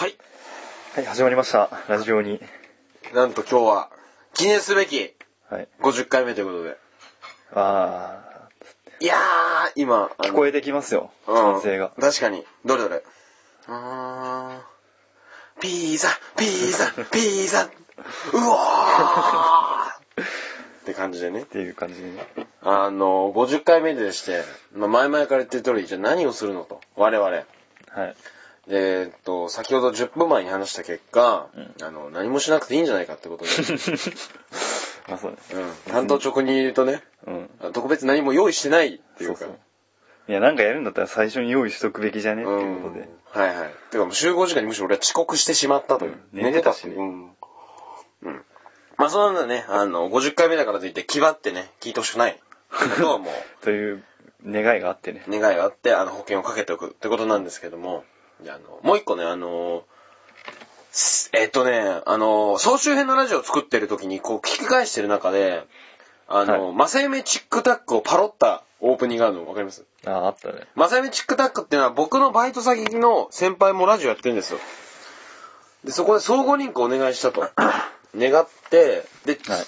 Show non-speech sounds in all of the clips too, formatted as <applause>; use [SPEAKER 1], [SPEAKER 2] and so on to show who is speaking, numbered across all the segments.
[SPEAKER 1] はい、始まりました。ラジオに。
[SPEAKER 2] なんと今日は、記念すべき
[SPEAKER 1] はい。
[SPEAKER 2] 50回目ということで。
[SPEAKER 1] あ
[SPEAKER 2] いやー、今、
[SPEAKER 1] ー、聞こ
[SPEAKER 2] え
[SPEAKER 1] えてきますよ。
[SPEAKER 2] うん
[SPEAKER 1] 歓声が。
[SPEAKER 2] 確かに。どれどれ。うーん。ピーザ、ピー
[SPEAKER 1] <laughs>
[SPEAKER 2] ザ、ピーザ、うわ
[SPEAKER 1] <laughs>
[SPEAKER 2] ーって感じでね
[SPEAKER 1] っ。ていう感じに。
[SPEAKER 2] あの、50回目でして、まあ、前々から言ってる通り、じゃあ何をするのと。我々。 <laughs>
[SPEAKER 1] はい。
[SPEAKER 2] えーっと、先ほど10分前に話した結果、
[SPEAKER 1] うん
[SPEAKER 2] あの、何もしなくていいんじゃないかってこと
[SPEAKER 1] <laughs>
[SPEAKER 2] で。
[SPEAKER 1] まあそうです。
[SPEAKER 2] うん。担当直に入れるとね、
[SPEAKER 1] うん。
[SPEAKER 2] 特別何も用意してないってい
[SPEAKER 1] そうう
[SPEAKER 2] か。
[SPEAKER 1] そう。いや、なんかやるんだったら最初に用意しとくべきじゃねっていうことで。
[SPEAKER 2] うんはいはい。てかもう集合時間にむしろ俺は遅刻してしまったという。
[SPEAKER 1] うん寝てたしね
[SPEAKER 2] 寝てうん。うん。まあそんなね、あの、50回目だからといって気張ってね、聞いてほしくない。
[SPEAKER 1] <laughs>
[SPEAKER 2] ことはもう、
[SPEAKER 1] という願いがあってね。
[SPEAKER 2] 願いがあって、あの、保険をかけておくってことなんですけども、じゃあ、あの、もう一個ね、あの、すえっとね、あの、総集編のラジオを作ってる時に、こう、聞き返してる中で、あの、
[SPEAKER 1] はい
[SPEAKER 2] マサイメチックタックをパロったオープニングがあるの分かります
[SPEAKER 1] ああ、あったね。
[SPEAKER 2] まさみチックタックっていうのは僕のバイト先の先輩もラジオやってるんですよ。で、そこで相互リンクお願いした
[SPEAKER 1] <clears throat>
[SPEAKER 2] と。願って、で、
[SPEAKER 1] はい。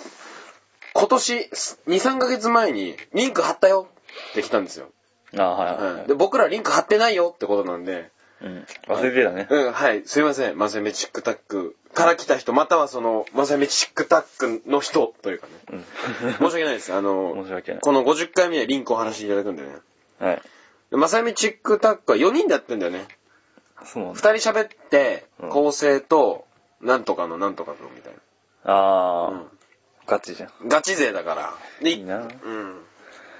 [SPEAKER 2] 今年2、3ヶ月前にリンク貼ったよって来たんですよ。
[SPEAKER 1] ああ、はいはいは
[SPEAKER 2] うん
[SPEAKER 1] い
[SPEAKER 2] で、。僕らリンク貼ってないよってことなんで、
[SPEAKER 1] うん。忘れてたね。
[SPEAKER 2] うん、はい、すいません。まさみチックタックから来た人、またはその、まさみチックタックの人という
[SPEAKER 1] <laughs>
[SPEAKER 2] かね。
[SPEAKER 1] うん。
[SPEAKER 2] 申し訳ないです。あの
[SPEAKER 1] 申、し訳ない。
[SPEAKER 2] この50回目でリンクをお話しいただくんでね。
[SPEAKER 1] はい。
[SPEAKER 2] でまさみチックタックは4人でやってんだよね。
[SPEAKER 1] そうなんだ。
[SPEAKER 2] 二人喋って
[SPEAKER 1] うん、
[SPEAKER 2] 構成と、なんとかのなんとかのみたい
[SPEAKER 1] あ
[SPEAKER 2] な。
[SPEAKER 1] あ、ガチじゃん。
[SPEAKER 2] うん。ガチ勢だから。で、
[SPEAKER 1] いいな
[SPEAKER 2] うん。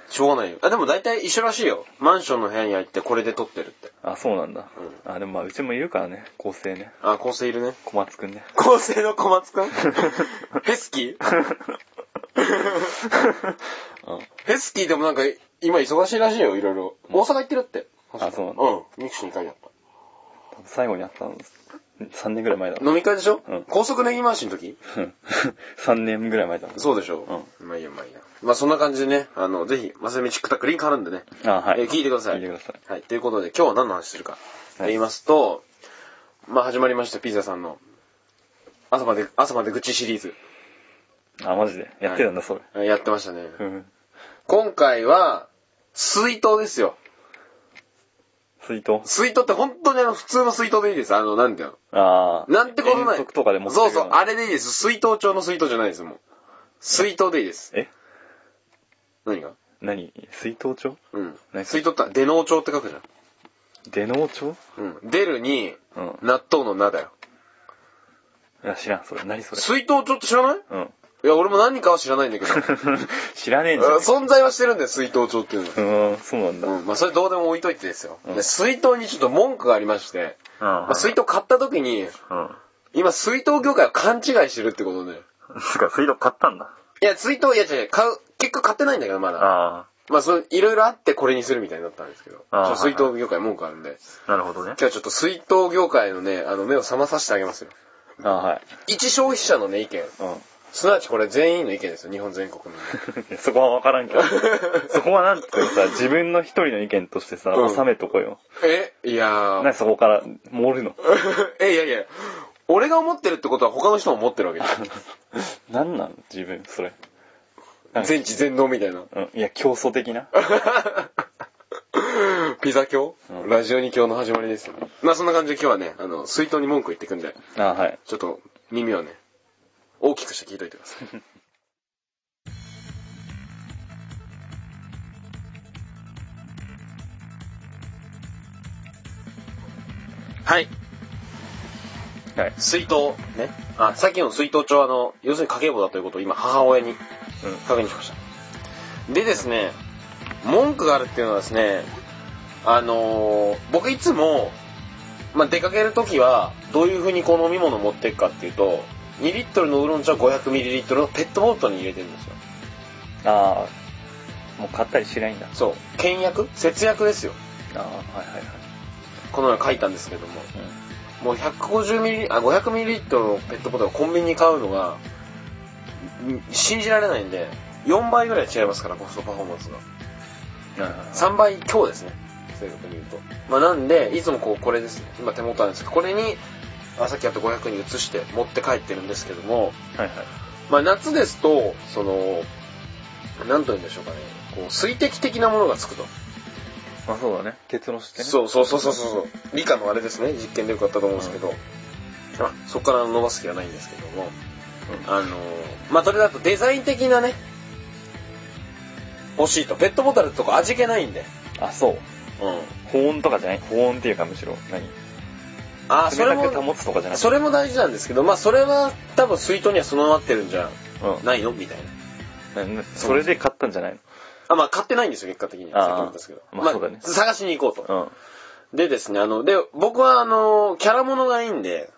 [SPEAKER 2] しょうがないよ。あ、でも大体一緒らしいよ。マンションの部屋に入ってこれで撮ってるって。
[SPEAKER 1] あ、そうなんだ。
[SPEAKER 2] う
[SPEAKER 1] あ、でもまあ、うちもいるからね。構成ね。
[SPEAKER 2] あ、構成いるね。
[SPEAKER 1] 小松
[SPEAKER 2] <laughs>
[SPEAKER 1] くんね。
[SPEAKER 2] 構成の小松 <laughs> くんヘスキー <laughs>
[SPEAKER 1] うん
[SPEAKER 2] ヘスキーでもなんか、今忙しいらしいよ、いろいろ。大阪行ってるって。
[SPEAKER 1] あそうなんだ
[SPEAKER 2] うん。ミクシーに書いてあった。
[SPEAKER 1] 最後に会ったの3年ぐらい前だ
[SPEAKER 2] 飲み会でしょ
[SPEAKER 1] うん
[SPEAKER 2] 高速ネギ回しの時
[SPEAKER 1] <laughs> 3年ぐらい前だ
[SPEAKER 2] そうでしょまあいいやまあいいや。まあそんな感じでね、あの、ぜひ、まさみチックタックリンク貼るんでね。
[SPEAKER 1] あはい、
[SPEAKER 2] えー聞いてください。
[SPEAKER 1] 聞いてください
[SPEAKER 2] はい。ということで、今日は何の話するか。
[SPEAKER 1] はい
[SPEAKER 2] 言いますと、まあ始まりました、ピザさんの、朝まで、朝まで愚痴シリーズ。
[SPEAKER 1] あマジでやってたんだ、それ
[SPEAKER 2] れ。やってましたね。
[SPEAKER 1] うん
[SPEAKER 2] 今回は、水筒ですよ。
[SPEAKER 1] 水筒
[SPEAKER 2] 水筒って本当にあの、普通の水筒でいいです。あの、なんていうの。
[SPEAKER 1] ああ
[SPEAKER 2] なんてことない。
[SPEAKER 1] 遠足とかで持ってる
[SPEAKER 2] そ
[SPEAKER 1] よ
[SPEAKER 2] うそう、あれでいいです。水筒調の水筒じゃないです、もう。水筒でいいです。
[SPEAKER 1] え
[SPEAKER 2] 何が
[SPEAKER 1] 何水筒帳
[SPEAKER 2] うん
[SPEAKER 1] 何。
[SPEAKER 2] 水筒って、出納帳って書くじゃん。
[SPEAKER 1] 出納帳
[SPEAKER 2] うん。出るに、
[SPEAKER 1] うん
[SPEAKER 2] 納豆の名だよ。
[SPEAKER 1] いや知らんそれ何それ
[SPEAKER 2] 水筒帳って知らない
[SPEAKER 1] うん <laughs>
[SPEAKER 2] いや、俺も何かは知らないんだけど。
[SPEAKER 1] 知らねえんじゃん
[SPEAKER 2] あ存在はしてるんだよ、水筒帳っていうの
[SPEAKER 1] うーんそうなんだ、
[SPEAKER 2] は。うん。まあ、それどうでも置いといてですよ。
[SPEAKER 1] うん
[SPEAKER 2] で水筒にちょっと文句がありまして、まあ、
[SPEAKER 1] <laughs>
[SPEAKER 2] 水筒買った時に、
[SPEAKER 1] うん
[SPEAKER 2] 今水筒業界を勘違いしてるってことで。
[SPEAKER 1] つか水筒買ったんだ
[SPEAKER 2] いや、水筒、いや違う、買う、結果買ってないんだけど、まだ。
[SPEAKER 1] あ
[SPEAKER 2] まあ、そう、いろいろあってこれにするみたいになったんですけど。ち
[SPEAKER 1] あー
[SPEAKER 2] ょっと水筒業界文句あるんで。
[SPEAKER 1] あなるほどね
[SPEAKER 2] 今日はちょっと水筒業界のね、あの、目を覚まさせてあげますよ。
[SPEAKER 1] あはい
[SPEAKER 2] 一消費者のね、意見。
[SPEAKER 1] う
[SPEAKER 2] すなわちこれ全員の意見ですよ、日本全
[SPEAKER 1] <laughs>
[SPEAKER 2] 国の。
[SPEAKER 1] んそこは分からん <laughs> けどそこはなんていうかさ自分の一人の意見としてさ
[SPEAKER 2] うん
[SPEAKER 1] 収めとこよ、
[SPEAKER 2] えいやー。
[SPEAKER 1] なんでそこから盛るの
[SPEAKER 2] <laughs> え、いやいや、俺が思ってるってことは他の人も思ってるわけだ。
[SPEAKER 1] なんなん自分それなんか
[SPEAKER 2] 全知全能みたいな。 <laughs>
[SPEAKER 1] うんいや競争的な
[SPEAKER 2] ピザ教、
[SPEAKER 1] うん
[SPEAKER 2] ラジオに教の始まりですよ。まあそんな感じで今日はね、あの、水筒に文句言ってくんで、
[SPEAKER 1] あはい
[SPEAKER 2] ちょっと耳をね、大きくして聞いといてください。はい、
[SPEAKER 1] はい
[SPEAKER 2] 水筒。ね。あ、さっきの水筒帳はあの、要するに家計簿だということを今母親に
[SPEAKER 1] うん
[SPEAKER 2] 確認しましたでですね文句があるっていうのはですねあのー僕いつも、まあ、出かける時はどういう風にこう飲み物持っていくかっていうと2リットルのウーロン茶を 500ml のペットボトルに入れてるんですよ
[SPEAKER 1] ああもう買ったりしないんだ
[SPEAKER 2] そう倹約節約ですよ
[SPEAKER 1] ああはいはいはい
[SPEAKER 2] このように書いたんですけども
[SPEAKER 1] うん
[SPEAKER 2] もう 150ml あ 500ml のペットボトルをコンビニに買うのがん信じられないんで4倍ぐらい違いますからコストパフォーマンスが
[SPEAKER 1] さ
[SPEAKER 2] 3倍強ですね正確に言うとまあなんでいつもこうこれですね今手元なんですけどこれにあさっきやった500に移して持って帰ってるんですけども、
[SPEAKER 1] はいはい。
[SPEAKER 2] まあ、夏ですとその何と言うんでしょうかねこう水滴的なものがつくと、
[SPEAKER 1] まあそうだね。結露してね。う。
[SPEAKER 2] そうそうそうそうそう理科のあれですね実験でよかったと思うんですけど、あそこから伸ばす気はないんですけども、あのまあそれだとデザイン的なね欲しいとペットボトルとか味気ないんで
[SPEAKER 1] あ、そう。
[SPEAKER 2] うん
[SPEAKER 1] 保温とかじゃない保温っていうかむしろ。何
[SPEAKER 2] ああそれ
[SPEAKER 1] 冷たく
[SPEAKER 2] も
[SPEAKER 1] 保つとかじゃなくて。
[SPEAKER 2] それも大事なんですけどまあそれは多分水筒には備わってるんじゃ
[SPEAKER 1] うん
[SPEAKER 2] ないのみたいな
[SPEAKER 1] ななそれで買ったんじゃない
[SPEAKER 2] あ、まあ買ってないんですよ、結果的に。
[SPEAKER 1] あー
[SPEAKER 2] さっきも言ったんですけど。
[SPEAKER 1] まあそうだね
[SPEAKER 2] 探しに行こうと。
[SPEAKER 1] のうん。
[SPEAKER 2] でですね、あの、で、僕はあの、キャラものがいいんで、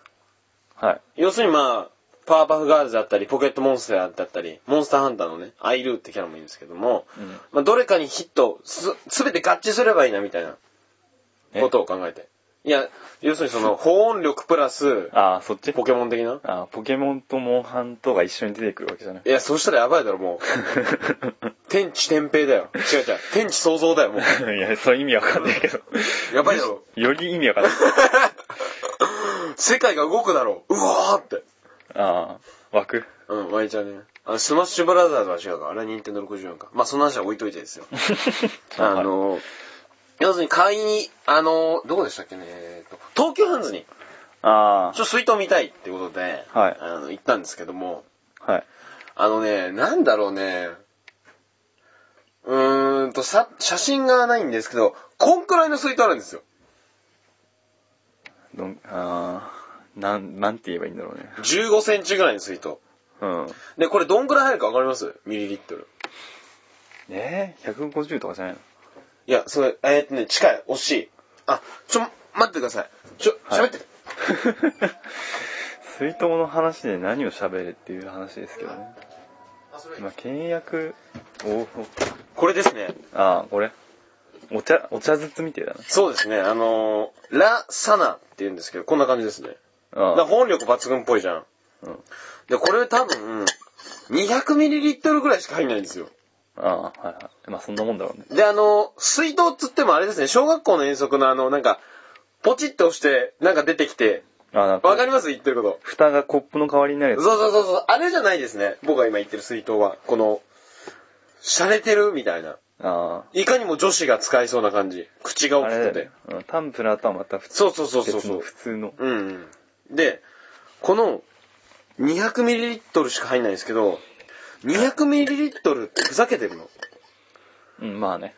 [SPEAKER 1] はい。
[SPEAKER 2] 要するにまあ、パワーパフガールズだったり、ポケットモンスターだったり、モンスターハンターのね、アイルーってキャラもいいんですけども、
[SPEAKER 1] うん
[SPEAKER 2] まあどれかにヒット、す、すべて合致すればいいな、みたいな
[SPEAKER 1] え
[SPEAKER 2] ことを考えて。いや、要するにその、保温力プラス、
[SPEAKER 1] ああ、そっち
[SPEAKER 2] ポケモン的な。
[SPEAKER 1] あーポケモンとモンハンとが一緒に出てくるわけじゃない <laughs>
[SPEAKER 2] い。や、そうしたらやばいだろ、もう。天地天平だよ。違う違う。天地創造だよ、もう。
[SPEAKER 1] いや、それ意味わかんない
[SPEAKER 2] <laughs>
[SPEAKER 1] けど。
[SPEAKER 2] やばいだろ。 <laughs>
[SPEAKER 1] より意味わかんない。
[SPEAKER 2] 世界が動くだろう。うわーって。
[SPEAKER 1] ああ、
[SPEAKER 2] <laughs>
[SPEAKER 1] 枠
[SPEAKER 2] うん、湧いちゃうね。あの、スマッシュブラザーズは違うから、あれは任天堂64か。まあ、その話は置いといてですよ。あの、要するに会員に、あの、どこでしたっけね、えーと東急ハンズに、
[SPEAKER 1] あ
[SPEAKER 2] ちょ、水筒見たいってことで、
[SPEAKER 1] はい
[SPEAKER 2] あの、行ったんですけども、
[SPEAKER 1] あ、はい。
[SPEAKER 2] あのね、なんだろうね、うーんと、さ、写真がないんですけど、こんくらいの水筒あるんですよ。
[SPEAKER 1] どん、ああ、なん、なんて言えばいいんだろうね。
[SPEAKER 2] 15センチぐらいの水筒。
[SPEAKER 1] うん。
[SPEAKER 2] で、これどんくらい入るかわかりますミリリットル。
[SPEAKER 1] ええ150とかじゃないの <laughs>
[SPEAKER 2] いや、それ、えーっとね、近い、惜しい。あ、ちょ、待ってください。ちょ、
[SPEAKER 1] はい
[SPEAKER 2] 喋って。
[SPEAKER 1] 水筒の話で何を喋れっていう話ですけどね。
[SPEAKER 2] あそれ
[SPEAKER 1] まあ、契約、おお
[SPEAKER 2] これですね。
[SPEAKER 1] ああ、これ。お茶、お茶筒みてえだな。
[SPEAKER 2] そうですね、あのー、ラ・サナって言うんですけど、こんな感じですね。だから
[SPEAKER 1] あ
[SPEAKER 2] 本力抜群っぽいじゃん。
[SPEAKER 1] あ、うん、
[SPEAKER 2] で、これ多分、200ml ぐらいしか入んないんですよ。
[SPEAKER 1] ああ、はいはい。まあ、そんなもんだろうね。
[SPEAKER 2] で、あのー、水筒っつってもあれですね、小学校の遠足のあの、なんか、ポチッと押して、なんか出てきて、
[SPEAKER 1] ああ、なん
[SPEAKER 2] わか
[SPEAKER 1] か、
[SPEAKER 2] ります言ってること。
[SPEAKER 1] 蓋がコップの代わりになるや
[SPEAKER 2] そう
[SPEAKER 1] つ。
[SPEAKER 2] そうそうそう、あれじゃないですね。僕が今言ってる水筒は。この、洒落てるみたいな。
[SPEAKER 1] あ
[SPEAKER 2] いかにも女子が使いそうな感じ。口が
[SPEAKER 1] あ、あ
[SPEAKER 2] 大
[SPEAKER 1] れ
[SPEAKER 2] き
[SPEAKER 1] だ
[SPEAKER 2] く
[SPEAKER 1] よね
[SPEAKER 2] て。。
[SPEAKER 1] うん、タンプラーとはまた普通
[SPEAKER 2] そうそうそうそう
[SPEAKER 1] 別
[SPEAKER 2] そ
[SPEAKER 1] の
[SPEAKER 2] う。
[SPEAKER 1] 普通の。
[SPEAKER 2] うん、うん。で、この 200ml しか入んないんですけど、200ml ってふざけてるの
[SPEAKER 1] うん、まあね。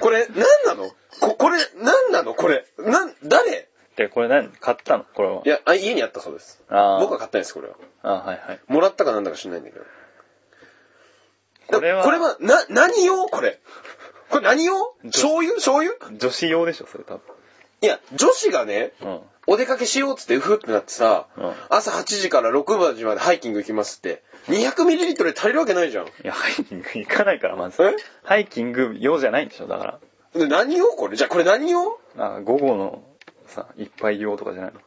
[SPEAKER 2] これ、なんなのこ、これ、なんなのこれ。なん、誰
[SPEAKER 1] で、これ何買ったのこれは。
[SPEAKER 2] いやあ、家にあったそうです。
[SPEAKER 1] ああ。
[SPEAKER 2] 僕は買ってないです、これは。
[SPEAKER 1] ああ、はいはい。
[SPEAKER 2] もらったかなんだか知らないんだけど。
[SPEAKER 1] これは
[SPEAKER 2] これは、な、何用これ。これ何用醤油醤油
[SPEAKER 1] 女子用でしょ、それ多分。
[SPEAKER 2] いや、女子がね、
[SPEAKER 1] うん。
[SPEAKER 2] お出かけしようっつって、うふってなってさ、
[SPEAKER 1] うん
[SPEAKER 2] 朝8時から6時までハイキング行きますって、200ml で足りるわけないじゃん。
[SPEAKER 1] いや、ハイキング行かないから、まず
[SPEAKER 2] え。
[SPEAKER 1] ハイキング用じゃないんでしょ、だから。
[SPEAKER 2] で何用これじゃあこれ何用
[SPEAKER 1] ああ、午後のさ、一杯用とかじゃないの。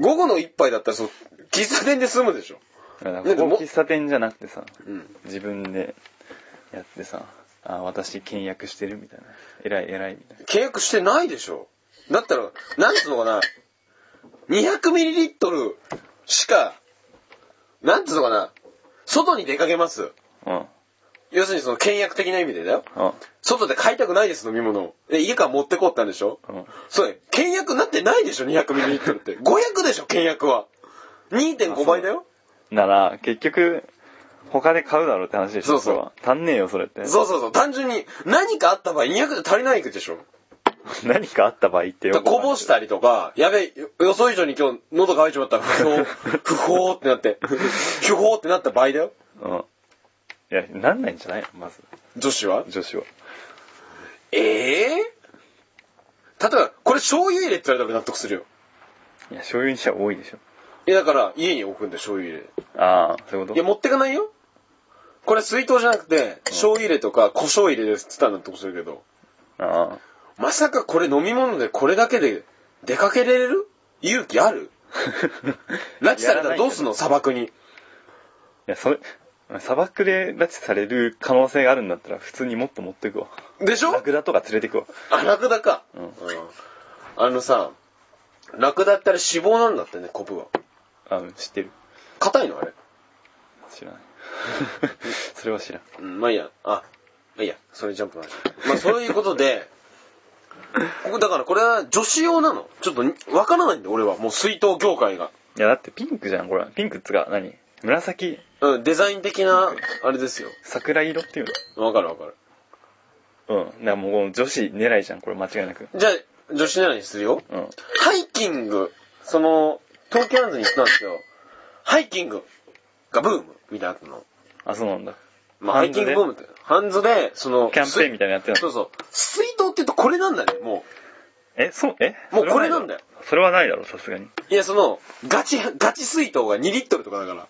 [SPEAKER 2] 午後の一杯だったらそう、喫茶店で済むでしょ。
[SPEAKER 1] だから
[SPEAKER 2] で
[SPEAKER 1] こ
[SPEAKER 2] も
[SPEAKER 1] こ喫茶店じゃなくてさ、
[SPEAKER 2] うん。
[SPEAKER 1] 自分でやってさ、ああ、私倹約してるみたいな。偉い偉いみたいな。
[SPEAKER 2] 契約してないでしょ。だったら、なんつうのかな、200ml しか、なんつうのかな、外に出かけます。
[SPEAKER 1] うん。
[SPEAKER 2] 要するにその倹約的な意味でだよ。
[SPEAKER 1] あ
[SPEAKER 2] 外で買いたくないです、飲み物を。で、家から持ってこうってあるでしょ
[SPEAKER 1] あ、うん。
[SPEAKER 2] それ、倹約になってないでしょ、200ml って。500でしょ、倹約は。2.5倍だよ。
[SPEAKER 1] なら、結局、他で買うだろうって話でしょ、
[SPEAKER 2] そうそう
[SPEAKER 1] これは。足んねえよ、それって。
[SPEAKER 2] そうそうそう。単純に、何かあった場合200で足りないでしょ。
[SPEAKER 1] 何かあった場合ってよ。
[SPEAKER 2] こぼしたりとか、やべえ、よ予想以上に今日喉乾いちまった。
[SPEAKER 1] <laughs>
[SPEAKER 2] 不評、不法ってなって、不法ってなった場合だよ。
[SPEAKER 1] うん。いや、なんないんじゃないのまず、
[SPEAKER 2] 女子は。
[SPEAKER 1] 女子は。
[SPEAKER 2] ええ例えば、これ醤油入れって言われたら納得するよ。
[SPEAKER 1] いや、醤油にしちゃ多いでしょ。
[SPEAKER 2] いや、だから、家に置くんだよ、醤油入れ。
[SPEAKER 1] ああ、そういうこ
[SPEAKER 2] いや、
[SPEAKER 1] と
[SPEAKER 2] 持ってかないよ。これ水筒じゃなくて、醤油入れとか胡椒入れですって言ったら納得するけど、
[SPEAKER 1] あ
[SPEAKER 2] まさかこれ飲み物でこれだけで出かけられる勇気ある
[SPEAKER 1] あ。
[SPEAKER 2] <laughs> 拉致されたらどうすん
[SPEAKER 1] <laughs> のい
[SPEAKER 2] の砂漠に。
[SPEAKER 1] や、それ、砂漠で拉致される可能性があるんだったら、普通にもっと持ってくわ。
[SPEAKER 2] でしょ
[SPEAKER 1] ラクダとか連れてくわ。
[SPEAKER 2] あ、ラクダか。
[SPEAKER 1] うん
[SPEAKER 2] あのさ、ラクダってあれ脂肪なんだってね、コブは。
[SPEAKER 1] あ、うん知ってる。
[SPEAKER 2] 硬いのあれ。
[SPEAKER 1] 知らない。 <laughs> それは知らん。
[SPEAKER 2] うん、まあいいや。あ、まあいいや。それジャンプの話。まあそういうことで、ここだからこれは女子用なの。ちょっとにわからないんで俺は。もう水筒業界が。
[SPEAKER 1] いや、だってピンクじゃん、これ。ピンクっつうか、何紫、
[SPEAKER 2] うん、デザイン的な、あれですよ。
[SPEAKER 1] 桜色っていう
[SPEAKER 2] わかるわかる。
[SPEAKER 1] の。うん。だからもう女子狙いじゃん、これ間違いなく。
[SPEAKER 2] じゃあ、女子ならにするよ。
[SPEAKER 1] うん。
[SPEAKER 2] ハイキング、その、東京アンズに行ったんですよ。ハイキングがブームみたいなの。
[SPEAKER 1] あ、そうなんだ。
[SPEAKER 2] まあ、ハイキングブームって、ハンズで、その、
[SPEAKER 1] キャンペーンみたいなのやってた
[SPEAKER 2] そ
[SPEAKER 1] の
[SPEAKER 2] うそう。水道って言うとこれなんだね、も
[SPEAKER 1] え、そう、え
[SPEAKER 2] もうこれなんだよ。
[SPEAKER 1] それはないだろ、それはないだろさすがに。
[SPEAKER 2] う。いや、その、ガチ、ガチ水筒が2リットルとかだから。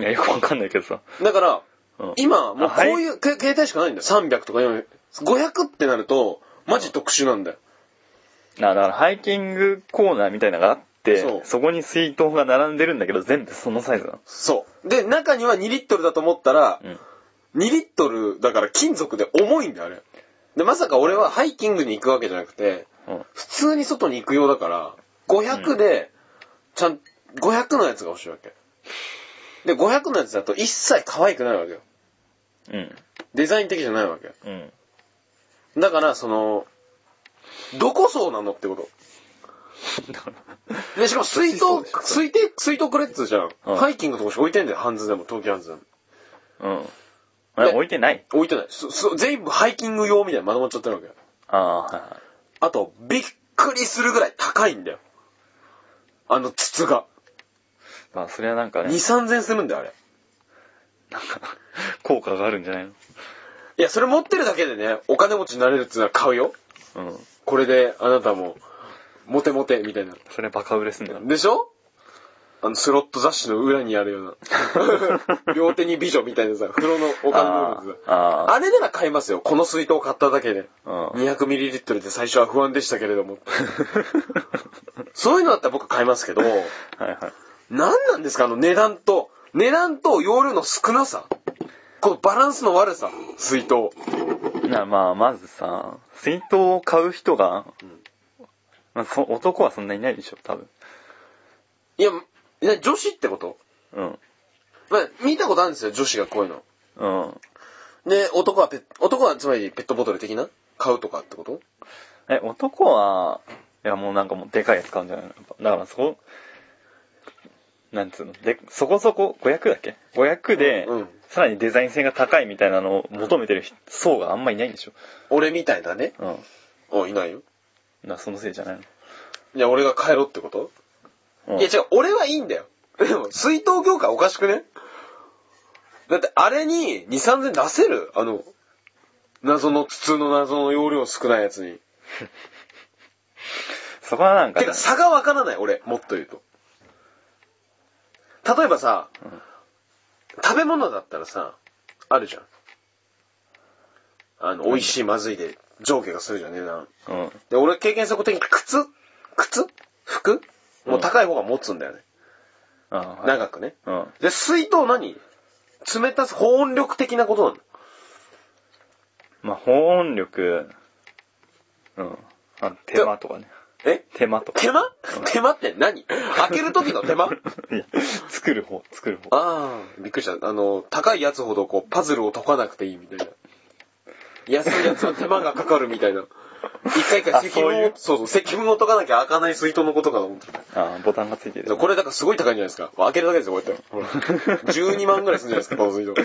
[SPEAKER 1] いや、よくわかんないけどさ。
[SPEAKER 2] だから、
[SPEAKER 1] うん。
[SPEAKER 2] 今、もう
[SPEAKER 1] あ
[SPEAKER 2] こ
[SPEAKER 1] はいう
[SPEAKER 2] いうけ携帯しかないんだよ。300とか400。500ってなると、マジ特殊なんだよ。
[SPEAKER 1] なだからハイキングコーナーみたいなのがあって
[SPEAKER 2] そう
[SPEAKER 1] そこに水筒が並んでるんだけど全部そのサイズなの
[SPEAKER 2] そう。で、中には2リットルだと思ったら、
[SPEAKER 1] うん
[SPEAKER 2] 2リットルだから金属で重いんだよ、あれ。で、まさか俺はハイキングに行くわけじゃなくて、
[SPEAKER 1] うん
[SPEAKER 2] 普通に外に行く用だから、500で、ちゃん、500のやつが欲しいわけ。で、500のやつだと一切可愛くないわけよ。
[SPEAKER 1] うん
[SPEAKER 2] デザイン的じゃないわけ。
[SPEAKER 1] うん <laughs>
[SPEAKER 2] だから、その、どこそうなのってこと。
[SPEAKER 1] だから
[SPEAKER 2] で、しかも水筒
[SPEAKER 1] そうでしょ、
[SPEAKER 2] 水筒、水筒くれっつうじゃん。
[SPEAKER 1] うん
[SPEAKER 2] ハイキングとかし置いてんだよ、ハンズでも、東京ハンズでも。
[SPEAKER 1] うんあ置いてない
[SPEAKER 2] 置いてない。そ、そ、全部ハイキング用みたいなまとまっちゃってるわけよ。
[SPEAKER 1] ああはいはい
[SPEAKER 2] あと、びっくりするぐらい高いんだよ。あの筒が。
[SPEAKER 1] まあそれはなんか
[SPEAKER 2] 2、
[SPEAKER 1] ね
[SPEAKER 2] 3000するんだよ、あれ。
[SPEAKER 1] なんか効果があるんじゃないの
[SPEAKER 2] いや、それ持ってるだけでね、お金持ちになれるっつうのは買うよ。
[SPEAKER 1] うん
[SPEAKER 2] これで、あなたも、モテモテ、みたいな。
[SPEAKER 1] それバカ売れすんだろ
[SPEAKER 2] でしょあの、スロット雑誌の裏にあるよう
[SPEAKER 1] <laughs>
[SPEAKER 2] な。両手に美女みたいなさ、風呂のお金のやつ。
[SPEAKER 1] あー
[SPEAKER 2] あれなら買いますよ。この水筒を買っただけで。
[SPEAKER 1] あー
[SPEAKER 2] 200ml で最初は不安でしたけれども。そういうのだったら僕買いますけど、
[SPEAKER 1] <laughs> はいはい
[SPEAKER 2] 何なんですかあの値段と、値段と容量の少なさ。このバランスの悪さ。水筒。
[SPEAKER 1] なまあまずさ水筒を買う人が、
[SPEAKER 2] ん
[SPEAKER 1] まあ、そ男はそんなにいないでしょ多分
[SPEAKER 2] いや、いや女子ってこと
[SPEAKER 1] うん
[SPEAKER 2] まあ、見たことあるんですよ、女子がこういうの。
[SPEAKER 1] うん
[SPEAKER 2] で、男はペッ男はつまりペットボトル的な買うとかってこと
[SPEAKER 1] え、男は、いやもうなんかもうでかいやつ買うんじゃないのやっぱだからそこ、なんつうの、で、そこそこ500だっけ ?500 で、
[SPEAKER 2] うん
[SPEAKER 1] さらにデザイン性が高いみたいなのを求めてる人層があんまいないんでしょ
[SPEAKER 2] 俺みたいだね。
[SPEAKER 1] うん。だか
[SPEAKER 2] おいないよ。
[SPEAKER 1] らそのせいじゃない
[SPEAKER 2] いや、俺が帰ろってこと、
[SPEAKER 1] の。うん
[SPEAKER 2] いや、違う、俺はいいんだよ。でも、水筒業界おかしくねだって、あれに2、3000出せるあの、謎の、普通の謎の容量少ないやつに。
[SPEAKER 1] そこはなんか
[SPEAKER 2] <laughs> て
[SPEAKER 1] ね、
[SPEAKER 2] か、差がわからない、俺。もっと言うと。例えばさ、
[SPEAKER 1] ん
[SPEAKER 2] 食べ物だったらさ、あるじゃん。あの、美味しい、まずいで、上下がするじゃん、値段。
[SPEAKER 1] うん。
[SPEAKER 2] で、俺経験則的に靴靴服もう高い方が持つんだよね。
[SPEAKER 1] あはい
[SPEAKER 2] 長くね。
[SPEAKER 1] うん。
[SPEAKER 2] で、水筒何冷たす、保温力的なことなの
[SPEAKER 1] まあ、保温力、うん。あ手間とかね。
[SPEAKER 2] え
[SPEAKER 1] 手間とか。
[SPEAKER 2] 手間手間って何開ける時の手間
[SPEAKER 1] <laughs> いや、作る方、作る方。
[SPEAKER 2] ああ、びっくりした。あの、高いやつほどこう、パズルを解かなくていいみたいな。安いやつは手間がかかるみたいな。一回一回
[SPEAKER 1] あ
[SPEAKER 2] 積分を、
[SPEAKER 1] そ
[SPEAKER 2] そうそう、積分を解かなきゃ開かない水筒のことかと思ってた。
[SPEAKER 1] あボタンがついてる。
[SPEAKER 2] これだからすごい高いんじゃないですか。開けるだけですよ、こうやって。ほら。12万ぐ
[SPEAKER 1] <laughs>
[SPEAKER 2] らいするんじゃないですか、この水 <laughs> 筒。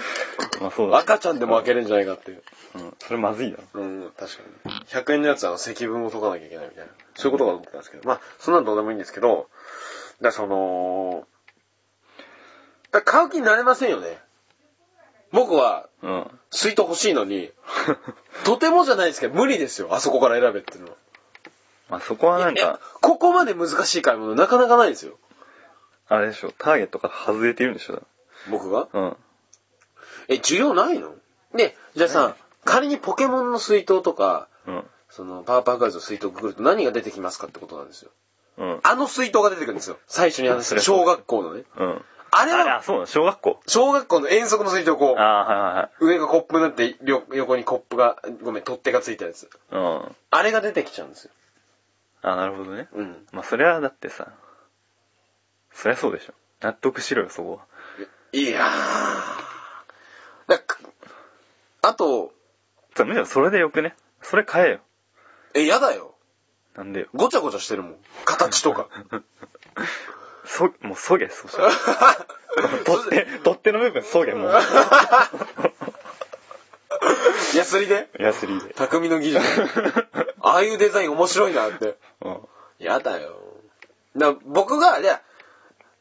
[SPEAKER 1] まあ、そうだ。
[SPEAKER 2] 赤ちゃんでも開けれるんじゃないかっていう。
[SPEAKER 1] うん。それまずいだろ。
[SPEAKER 2] うん、確かに。100円のやつは積分を解かなきゃいけないみたいな。そういうことが思ってたんですけど。まあ、そんなのどうでもいいんですけど、だからその、だから買う気になれませんよね。僕は、
[SPEAKER 1] うん。
[SPEAKER 2] 水筒欲しいのに、とてもじゃないですけど、無理ですよ。あそこから選べっていうのは。
[SPEAKER 1] <laughs> まあ、そこはなん
[SPEAKER 2] いや
[SPEAKER 1] か、
[SPEAKER 2] ここまで難しい買い物、なかなかないですよ。
[SPEAKER 1] あれでしょ、ターゲットから外れてるんでしょ。
[SPEAKER 2] 僕が。
[SPEAKER 1] うん。
[SPEAKER 2] え、需要ないので、じゃあさ、仮にポケモンの水筒とか、
[SPEAKER 1] うん。
[SPEAKER 2] その、パワーパーガールズの水筒をくぐると何が出てきますかってことなんですよ。
[SPEAKER 1] うん。
[SPEAKER 2] あの水筒が出てくるんですよ。最初に話し
[SPEAKER 1] そ
[SPEAKER 2] た
[SPEAKER 1] れそ
[SPEAKER 2] 小
[SPEAKER 1] う
[SPEAKER 2] 学校のね。
[SPEAKER 1] うん。
[SPEAKER 2] あ
[SPEAKER 1] あ
[SPEAKER 2] れ
[SPEAKER 1] れあ、
[SPEAKER 2] は、
[SPEAKER 1] そうなの小学校。
[SPEAKER 2] 小学校の遠足の水筒こ
[SPEAKER 1] ああ、
[SPEAKER 2] う、上がコップになって、りょ横にコップが、ごめん、取っ手がついたやつ。
[SPEAKER 1] はいはい。うん。
[SPEAKER 2] あれが出てきちゃうんですよ。
[SPEAKER 1] あ、なるほどね。
[SPEAKER 2] うん。
[SPEAKER 1] まあ、そりゃ、だってさ、そりゃそうでしょ。納得しろよ、そこは。
[SPEAKER 2] いやー。だかあと、
[SPEAKER 1] つうかむしろそれでよくね。それ変えよ。
[SPEAKER 2] え、やだよ。
[SPEAKER 1] なんでよ。
[SPEAKER 2] ごちゃごちゃしてるもん。形 <laughs> とか。
[SPEAKER 1] そ、もう、そげ、
[SPEAKER 2] <laughs>
[SPEAKER 1] そしたら。取って、取っての部分、そげ、もう。
[SPEAKER 2] ヤスリで
[SPEAKER 1] ヤスリで。 <laughs>
[SPEAKER 2] 匠の <laughs> 技術。ああいうデザイン面白いなって。
[SPEAKER 1] うん。
[SPEAKER 2] やだよ。だ僕が、じゃ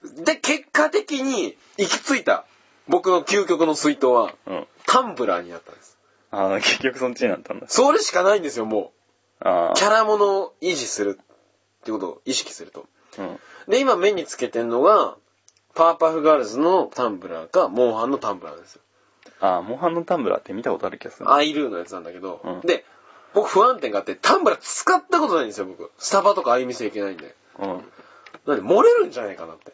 [SPEAKER 2] で、結果的に行き着いた僕の究極の水筒は、
[SPEAKER 1] うん。
[SPEAKER 2] タンブラーになったんです。
[SPEAKER 1] あー結局そっちになったんだ。
[SPEAKER 2] それしかないんですよ、も
[SPEAKER 1] あ
[SPEAKER 2] う。キ
[SPEAKER 1] あ。
[SPEAKER 2] ャラものを維持するってことを意識すると。
[SPEAKER 1] うん。
[SPEAKER 2] で、今目につけてんのが、パーパフガールズのタンブラーか、モンハンのタンブラーなんですよ。
[SPEAKER 1] ああ、モンハンのタンブラーって見たことある気がする。
[SPEAKER 2] アイルーのやつなんだけど、
[SPEAKER 1] うん
[SPEAKER 2] で、僕不安定があって、タンブラー使ったことないんですよ、僕。スタバとかああいう店行けないんで。
[SPEAKER 1] うん。
[SPEAKER 2] なんで、漏れるんじゃないかなって。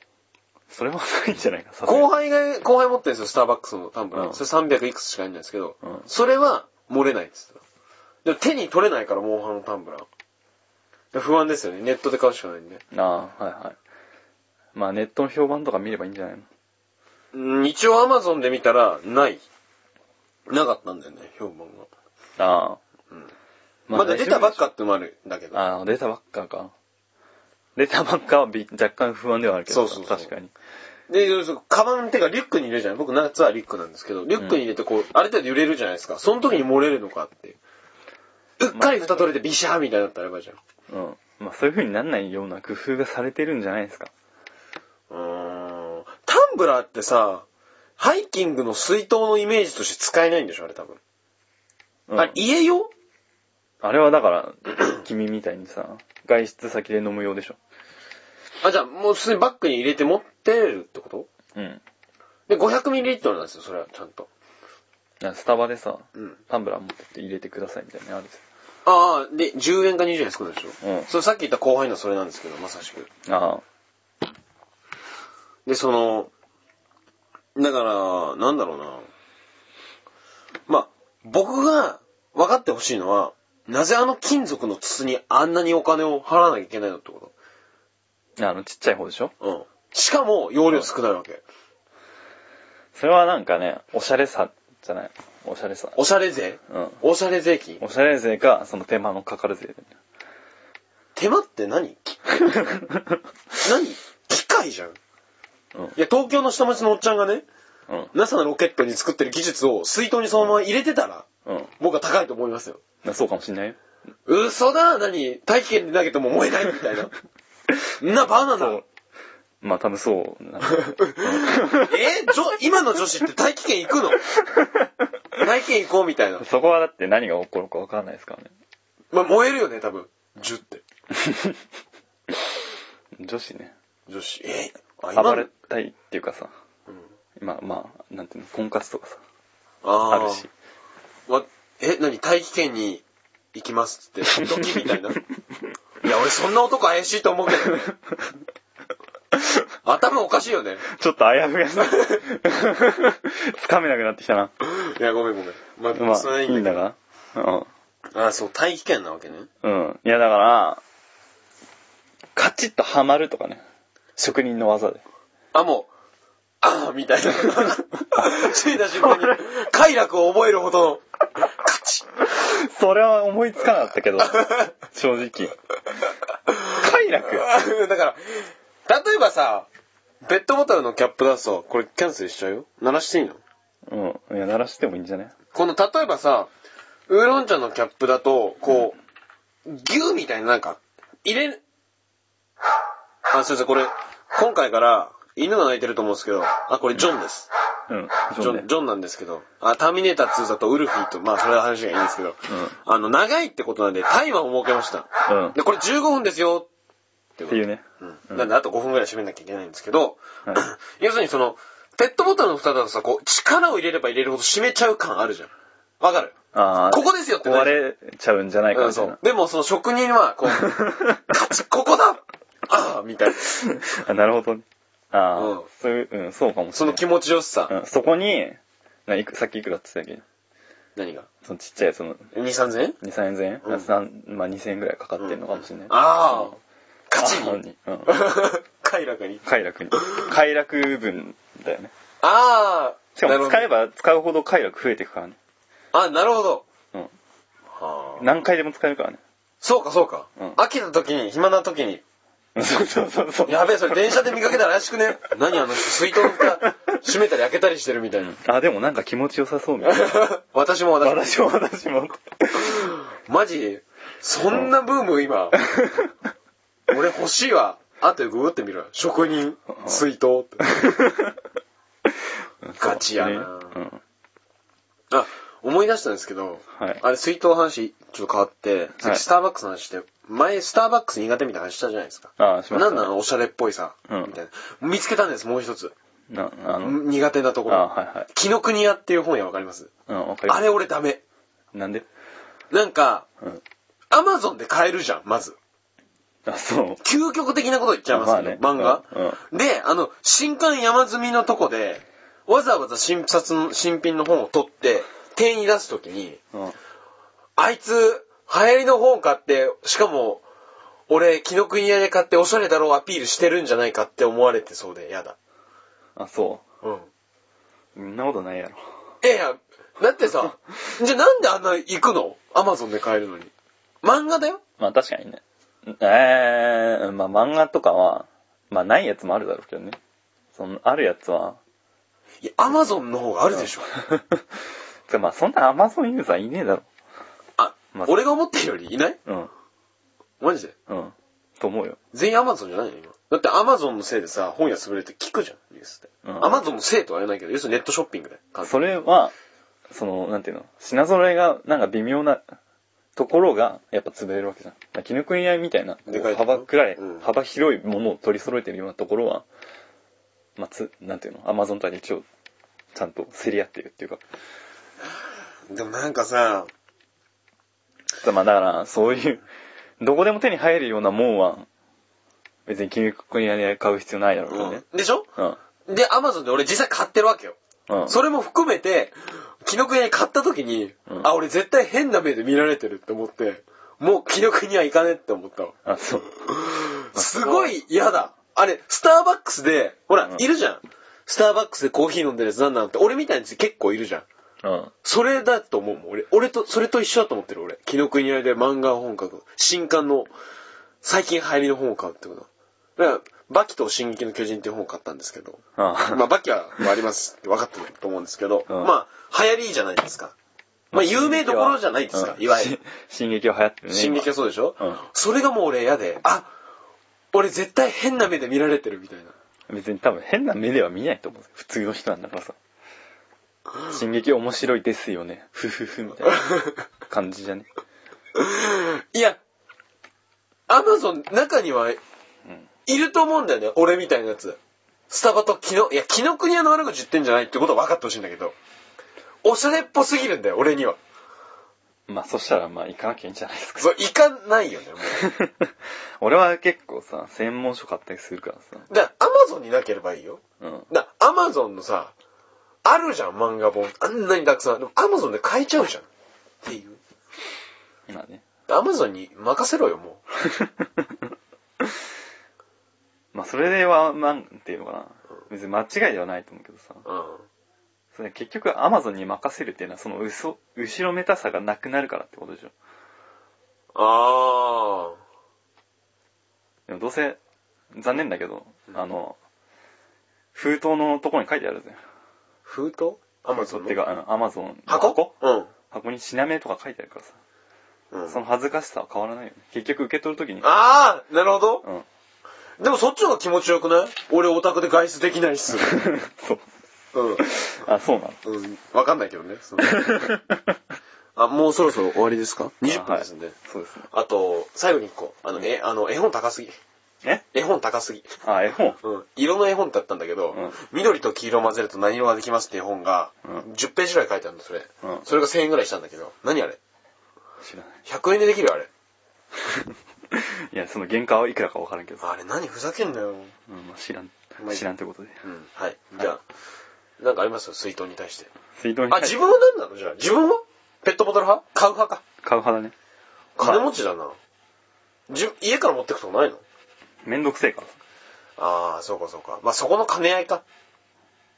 [SPEAKER 1] それはないんじゃないか、さすがに
[SPEAKER 2] 後輩が、後輩持ってるんですよ、スターバックスのタンブラー。
[SPEAKER 1] うん
[SPEAKER 2] それ300いくつしかないんですけど、
[SPEAKER 1] うん
[SPEAKER 2] それは漏れないんですよ。でも手に取れないから、モンハンのタンブラー。で不安ですよね。ネットで買うしかないんで。
[SPEAKER 1] ああ、はいはい。まあ、ネットの評判とか見ればいいんじゃないの
[SPEAKER 2] うん、一応アマゾンで見たら、ない。なかったんだよね、評判が。
[SPEAKER 1] ああ。
[SPEAKER 2] うん
[SPEAKER 1] ま
[SPEAKER 2] ま
[SPEAKER 1] あ
[SPEAKER 2] だ出たばっかってのもあるんだけど。
[SPEAKER 1] ああ、出たばっかか。出たばっかはび若干不安ではあるけどさ、
[SPEAKER 2] そうそうそう
[SPEAKER 1] 確かに。
[SPEAKER 2] で、要するにカバンってかリュックに入れるじゃない僕夏はリュックなんですけど、リュックに入れてこう、ある程度揺れるじゃないですか。その時に漏れるのかって。うっかり蓋取れてビシャーみたいになったらやばいじゃん。
[SPEAKER 1] うん。まあ、そういう風になんないような工夫がされてるんじゃないですか。
[SPEAKER 2] うーんタンブラーってさ、ハイキングの水筒のイメージとして使えないんでしょあれ多分。
[SPEAKER 1] うん、
[SPEAKER 2] あれ、家用
[SPEAKER 1] あれはだから、 <clears throat> 君みたいにさ、外出先で飲む用でしょ。
[SPEAKER 2] あ、じゃあもう普通にバッグに入れて持ってるってこと
[SPEAKER 1] うん。
[SPEAKER 2] で、500ml なんですよ、それはちゃんと。
[SPEAKER 1] なんかスタバでさ、
[SPEAKER 2] うん
[SPEAKER 1] タンブラー持ってって入れてくださいみたいなのあるじ
[SPEAKER 2] ああ、で、10円か20円少ないでしょ
[SPEAKER 1] うん
[SPEAKER 2] それさっき言った後輩のそれなんですけど、まさしく。
[SPEAKER 1] ゃん。あ
[SPEAKER 2] で、その、だから、なんだろうな。まあ、僕が分かってほしいのは、なぜあの金属の筒にあんなにお金を払わなきゃいけないのってこ
[SPEAKER 1] あ。あの、ちっちゃい方でしょ
[SPEAKER 2] と。うん。しかも、容量少ないわけ。
[SPEAKER 1] それはなんかね、おしゃれさじゃない。おしゃれさ。
[SPEAKER 2] おしゃれ税
[SPEAKER 1] うん。
[SPEAKER 2] おしゃれ税金
[SPEAKER 1] おしゃれ税か、その手間のかかる <laughs> 税で。
[SPEAKER 2] 手間って何何機械じゃん。
[SPEAKER 1] うん
[SPEAKER 2] いや、東京の下町のおっちゃんがね、
[SPEAKER 1] うん。
[SPEAKER 2] NASA のロケットに作ってる技術を水筒にそのまま入れてたら、
[SPEAKER 1] うん。
[SPEAKER 2] 僕は高いと思いますよ。
[SPEAKER 1] なそうかもしんないよ。
[SPEAKER 2] 嘘だ何大気圏で投げても燃えないみたいな。
[SPEAKER 1] <laughs>
[SPEAKER 2] んなバナナ。
[SPEAKER 1] そうまあ多分そう <laughs> なんだ。
[SPEAKER 2] えーじょ今の女子って大気圏行くの大気圏行こうみたいな。
[SPEAKER 1] そこはだって何が起こるかわかんないですからね。
[SPEAKER 2] まあ、燃えるよね、多分。10って。
[SPEAKER 1] <laughs> 女子ね、
[SPEAKER 2] 女子。えー、あ、今
[SPEAKER 1] 暴
[SPEAKER 2] の
[SPEAKER 1] れたいっていうかさ、まあまあ、なんていうの、婚活とかさ、
[SPEAKER 2] あ
[SPEAKER 1] あ
[SPEAKER 2] ー
[SPEAKER 1] るし。 <laughs>
[SPEAKER 2] わえ、何大気圏に行きますっつって、ドキみたいな。いや、俺そんな男怪しいと思うけどね。頭おかしいよね。
[SPEAKER 1] ちょっとあやふやな。 <laughs> つかめなくなってきたな。
[SPEAKER 2] いや、ごめんごめん。まあ、
[SPEAKER 1] ま
[SPEAKER 2] それ
[SPEAKER 1] あ、
[SPEAKER 2] はいい
[SPEAKER 1] い
[SPEAKER 2] いん
[SPEAKER 1] ん
[SPEAKER 2] だ
[SPEAKER 1] だ
[SPEAKER 2] けど。
[SPEAKER 1] が。うん。
[SPEAKER 2] あー、そう、大気圏なわけね。
[SPEAKER 1] うん。いや、だから、カチッとハマるとかね。職人の技で。
[SPEAKER 2] あ、もう、ああ、みたいな。 <laughs> ついた瞬間に、快楽を覚えるほどの、 <laughs> カチッ。
[SPEAKER 1] それは思いつかなかったけ
[SPEAKER 2] <laughs>
[SPEAKER 1] ど、正直。快楽よ
[SPEAKER 2] だから、例えばさ、ペットボトルのキャップ出すと、これキャンセルしちゃうよ。鳴らしていいの
[SPEAKER 1] うん。いや、鳴らしてもいいんじゃね
[SPEAKER 2] この、例えばさ、ウーロン茶のキャップだと、こう、牛みたいななんか、入れ、あ、すいません、これ、今回から、犬が鳴いてると思うんですけど、あ、これジョンです。
[SPEAKER 1] うん。
[SPEAKER 2] ジョン、ジョンなんですけど、あ、ターミネーター2だとウルフィと、まあそれは話がいいんですけど、あの、長いってことなんでタイマーを設けました。
[SPEAKER 1] うん。っ
[SPEAKER 2] で、これ15分ですよって
[SPEAKER 1] ていうね。
[SPEAKER 2] うん。なんであと5分ぐらい締めなきゃいけないんですけど、
[SPEAKER 1] はい
[SPEAKER 2] <clears throat> 要するにその、ペットボトルの蓋だとさ、こう、力を入れれば入れるほど締めちゃう感あるじゃん。わかる
[SPEAKER 1] ああ。
[SPEAKER 2] ここですよって
[SPEAKER 1] 壊れちゃうんじゃないか
[SPEAKER 2] う
[SPEAKER 1] み
[SPEAKER 2] ん、
[SPEAKER 1] た
[SPEAKER 2] そ
[SPEAKER 1] いな。
[SPEAKER 2] う。でもその職人は、こう、カチッここだああみ
[SPEAKER 1] <laughs>
[SPEAKER 2] たいな。
[SPEAKER 1] あ、なるほどね。ああ、
[SPEAKER 2] うん
[SPEAKER 1] そういう、うん、そうかもし
[SPEAKER 2] そ
[SPEAKER 1] れ
[SPEAKER 2] の
[SPEAKER 1] ない。
[SPEAKER 2] 気持ちよしさ。
[SPEAKER 1] うん、そこに、ないくさっきいくらって言ってたっ
[SPEAKER 2] 何が
[SPEAKER 1] そのちっちゃいその
[SPEAKER 2] ?2、3000円
[SPEAKER 1] 2、3000円、
[SPEAKER 2] うん
[SPEAKER 1] 三まあ2000円ぐらいかかってんのかもしれない。
[SPEAKER 2] ああ、
[SPEAKER 1] 価
[SPEAKER 2] 勝ち
[SPEAKER 1] 値
[SPEAKER 2] に。
[SPEAKER 1] に。うん。
[SPEAKER 2] <laughs> 快楽に。
[SPEAKER 1] 快
[SPEAKER 2] <laughs>
[SPEAKER 1] 楽に。快楽分だよね。
[SPEAKER 2] ああ、
[SPEAKER 1] しか
[SPEAKER 2] なる
[SPEAKER 1] も
[SPEAKER 2] ほど
[SPEAKER 1] 使えば使うほど快楽増えていくからね。
[SPEAKER 2] あ、なるほど。
[SPEAKER 1] うん。
[SPEAKER 2] はあ、
[SPEAKER 1] 何回でも使えるからね。
[SPEAKER 2] そうかそうか、
[SPEAKER 1] うん
[SPEAKER 2] 飽きた時に、暇な時に。
[SPEAKER 1] そうそうそうそう。
[SPEAKER 2] やべえ、それ電車で見かけたら怪しくね。何あの人、水筒が閉めたり開けたりしてるみたいな。
[SPEAKER 1] あ、でもなんか気持ちよさそうみたいな。
[SPEAKER 2] 私も私も。
[SPEAKER 1] 私も
[SPEAKER 2] <laughs>
[SPEAKER 1] 私も。
[SPEAKER 2] マジそんなブーム今。俺欲しいわ。あとでググってみるわ。職人、水筒って。ガチやな
[SPEAKER 1] うん。
[SPEAKER 2] あ、思い出したんですけど、
[SPEAKER 1] はい
[SPEAKER 2] あれ水筒の話、ちょっと変わって、さっきスターバックスの話して、前スターバックス苦手みたいな話したじゃないですか。
[SPEAKER 1] ああ、しました
[SPEAKER 2] なんなのおしゃれっぽいさ、
[SPEAKER 1] うん
[SPEAKER 2] みたいな。見つけたんです、もう一つ。
[SPEAKER 1] な、あの、
[SPEAKER 2] 苦手なとこ
[SPEAKER 1] あ
[SPEAKER 2] ろ。
[SPEAKER 1] はいはい。
[SPEAKER 2] 紀ノ国屋っていう本屋わかります
[SPEAKER 1] うん、わかりま
[SPEAKER 2] あ
[SPEAKER 1] す
[SPEAKER 2] れ俺ダメ。
[SPEAKER 1] なんで
[SPEAKER 2] なんか、
[SPEAKER 1] うん。
[SPEAKER 2] アマゾンで買えるじゃん、まず。
[SPEAKER 1] あ、そう。
[SPEAKER 2] 究極的なこと言っちゃいますけど、
[SPEAKER 1] まあ
[SPEAKER 2] 漫
[SPEAKER 1] ね
[SPEAKER 2] 画、
[SPEAKER 1] う
[SPEAKER 2] で、あの、新刊山積みのとこで、わざわざ新冊の、新品の本を取って、店員に出すときに、
[SPEAKER 1] うん。
[SPEAKER 2] あいつ、流行りの本買って、しかも、俺、紀ノ国屋で買っておしゃれだろうアピールしてるんじゃないかって思われてそうで、やだ。
[SPEAKER 1] あ、そ
[SPEAKER 2] うん。
[SPEAKER 1] う。そんなことないやろ。
[SPEAKER 2] いやいや、だって
[SPEAKER 1] <laughs>
[SPEAKER 2] さ、じゃあなんであんな行くのアマゾンで買えるのに。漫画だよ
[SPEAKER 1] まあ確かにね。えー、まあ漫画とかは、まあないやつもあるだろうけどね。その、あるやつは、
[SPEAKER 2] いや、アマゾンの方があるで
[SPEAKER 1] <laughs>
[SPEAKER 2] しょ。
[SPEAKER 1] つかまあそんなアマゾンユーザーいねえだろ。
[SPEAKER 2] あ
[SPEAKER 1] まあ、
[SPEAKER 2] 俺が思ってるよりいない
[SPEAKER 1] うん。
[SPEAKER 2] マジで。
[SPEAKER 1] うん。と思うよ。
[SPEAKER 2] 全員アマゾンじゃないの今。だってアマゾンのせいでさ、本屋潰れて聞くじゃん、ニュースって。
[SPEAKER 1] うん
[SPEAKER 2] アマゾンのせいとは言わないけど、要するにネットショッピングで。
[SPEAKER 1] それは、その、なんていうの、品揃えが、なんか微妙なところが、やっぱ潰れるわけじゃん。だから絹国屋みたいな、こう
[SPEAKER 2] でかいとこ
[SPEAKER 1] 幅くらい、
[SPEAKER 2] うん
[SPEAKER 1] 幅広いものを取り揃えてるようなところは、まあ、つ、なんていうの、アマゾンとは一応、ちゃんと競り合ってるっていうか。
[SPEAKER 2] でもなんかさ、
[SPEAKER 1] まあ、だから、そういう、どこでも手に入るようなもんは、別に絹国屋で買う必要ないだろうけどね。
[SPEAKER 2] でしょ
[SPEAKER 1] うん。
[SPEAKER 2] で、アマゾンで俺実際買ってるわけよ。
[SPEAKER 1] うん。
[SPEAKER 2] それも含めて、紀ノ国屋に買った時に、
[SPEAKER 1] うん
[SPEAKER 2] あ、俺絶対変な目で見られてるって思って、もう紀ノ国屋行かねえって思ったわ。
[SPEAKER 1] あ、そう。
[SPEAKER 2] すごい嫌だ。あれ、スターバックスで、ほら
[SPEAKER 1] う、ん
[SPEAKER 2] いるじゃん。スターバックスでコーヒー飲んでるやつなんなんって、俺みたいなやつ結構いるじゃん。
[SPEAKER 1] うん。
[SPEAKER 2] それだと思うもん、俺。俺と、それと一緒だと思ってる、俺。紀ノ国屋で漫画本書く。新刊の、最近流行りの本を買うってこと。だから、バキと進撃の巨人っていう本を買ったんですけど。
[SPEAKER 1] あ
[SPEAKER 2] まあ、バキはありますって分かってると思うんですけど、
[SPEAKER 1] うん
[SPEAKER 2] まあ、流行りじゃないですか。まあ、有名どころじゃないですか、
[SPEAKER 1] うん
[SPEAKER 2] いわゆる。
[SPEAKER 1] <laughs> 進撃は流行ってるね。今
[SPEAKER 2] 進撃はそうでしょ、
[SPEAKER 1] うん
[SPEAKER 2] それがもう俺嫌で、あ俺絶対変な目で見られてるみたいな。
[SPEAKER 1] 別に多分変な目では見ないと思う。普通の人なんだからさ。進撃面白いですよね。ふふふみたいな感じじゃね。
[SPEAKER 2] <laughs> いや、アマゾン中には
[SPEAKER 1] うん。
[SPEAKER 2] いると思うんだよね、俺みたいなやつ。スタバとキノ、いや、キノ国屋の悪口言ってんじゃないってことは分かってほしいんだけど、おしゃれっぽすぎるんだよ、俺には。
[SPEAKER 1] まあそしたらまあ行かなきゃいいんじゃないですか。 <laughs>
[SPEAKER 2] そう、いかないよね、もう。
[SPEAKER 1] 俺は結構さ、専門書買ったりするからさ。
[SPEAKER 2] だから、アマゾンになければいいよ。
[SPEAKER 1] うん。
[SPEAKER 2] だアマゾンのさ、あるじゃん、漫画本。あんなにたくさん。でも、アマゾンで買えちゃうじゃん。っていう。
[SPEAKER 1] まあね。 <laughs>
[SPEAKER 2] アマゾンに任せろよ、も
[SPEAKER 1] まあそれでは、なんていうのかな。別に間違いではないと思うけどさ。
[SPEAKER 2] う。うん。
[SPEAKER 1] それ結局 Amazon に任せるっていうのはその嘘、後ろめたさがなくなるからってことでしょ。
[SPEAKER 2] あ
[SPEAKER 1] でもどうせ、残念だけど、
[SPEAKER 2] うん
[SPEAKER 1] あの、封筒のところに書いてあるぜ。
[SPEAKER 2] ー。封筒アマゾン
[SPEAKER 1] って
[SPEAKER 2] の。
[SPEAKER 1] か、あの、アマゾン。
[SPEAKER 2] 箱うん。
[SPEAKER 1] 箱に品名とか書いてあるからさ。
[SPEAKER 2] うん
[SPEAKER 1] その恥ずかしさは変わらないよね。結局受け取るときに。
[SPEAKER 2] あー、なるほど。
[SPEAKER 1] うん。
[SPEAKER 2] でもそっちの方が気持ちよくない俺オタクで外出できないっす。
[SPEAKER 1] <laughs> そ
[SPEAKER 2] <laughs>
[SPEAKER 1] う。
[SPEAKER 2] うん。
[SPEAKER 1] あ、そう
[SPEAKER 2] <laughs>
[SPEAKER 1] なの。
[SPEAKER 2] うん。わかんないけどね。その <laughs> あ、もうそろそろ終わりですか ?20 分ですんで。
[SPEAKER 1] あはいそうですね。
[SPEAKER 2] あと、最後に1個。あの、え、あの、絵本高すぎ。
[SPEAKER 1] え
[SPEAKER 2] 絵本高すぎ。
[SPEAKER 1] あ、絵本。
[SPEAKER 2] うん、色の絵本だったんだけど、
[SPEAKER 1] うん
[SPEAKER 2] 緑と黄色を混ぜると何色ができますっていう本が、
[SPEAKER 1] うん
[SPEAKER 2] 10ページぐらい書いてあるの、それ。
[SPEAKER 1] うん
[SPEAKER 2] それが1000円ぐらいしたんだけど、何あれ
[SPEAKER 1] 知らない。 <laughs>
[SPEAKER 2] ?100 円でできるよあれ。
[SPEAKER 1] いや、その原価はいくらかわからんけどさ。
[SPEAKER 2] あれ何ふざけんなよ。
[SPEAKER 1] うん、まあ知らん
[SPEAKER 2] まあ。いい
[SPEAKER 1] 知らんってことで。
[SPEAKER 2] うん、はい。じゃあ、なんかありますよ、水筒に対して。
[SPEAKER 1] 水道に
[SPEAKER 2] あ、
[SPEAKER 1] 書い
[SPEAKER 2] 自分は何なのじゃあ、自分はペットボトル派買う派か。
[SPEAKER 1] 買う派だね。
[SPEAKER 2] 金持ちだな。じゅ家から持ってくとかないの
[SPEAKER 1] めんどくせえか
[SPEAKER 2] ああ、そうかそうか。まあ、そこの兼ね合いか。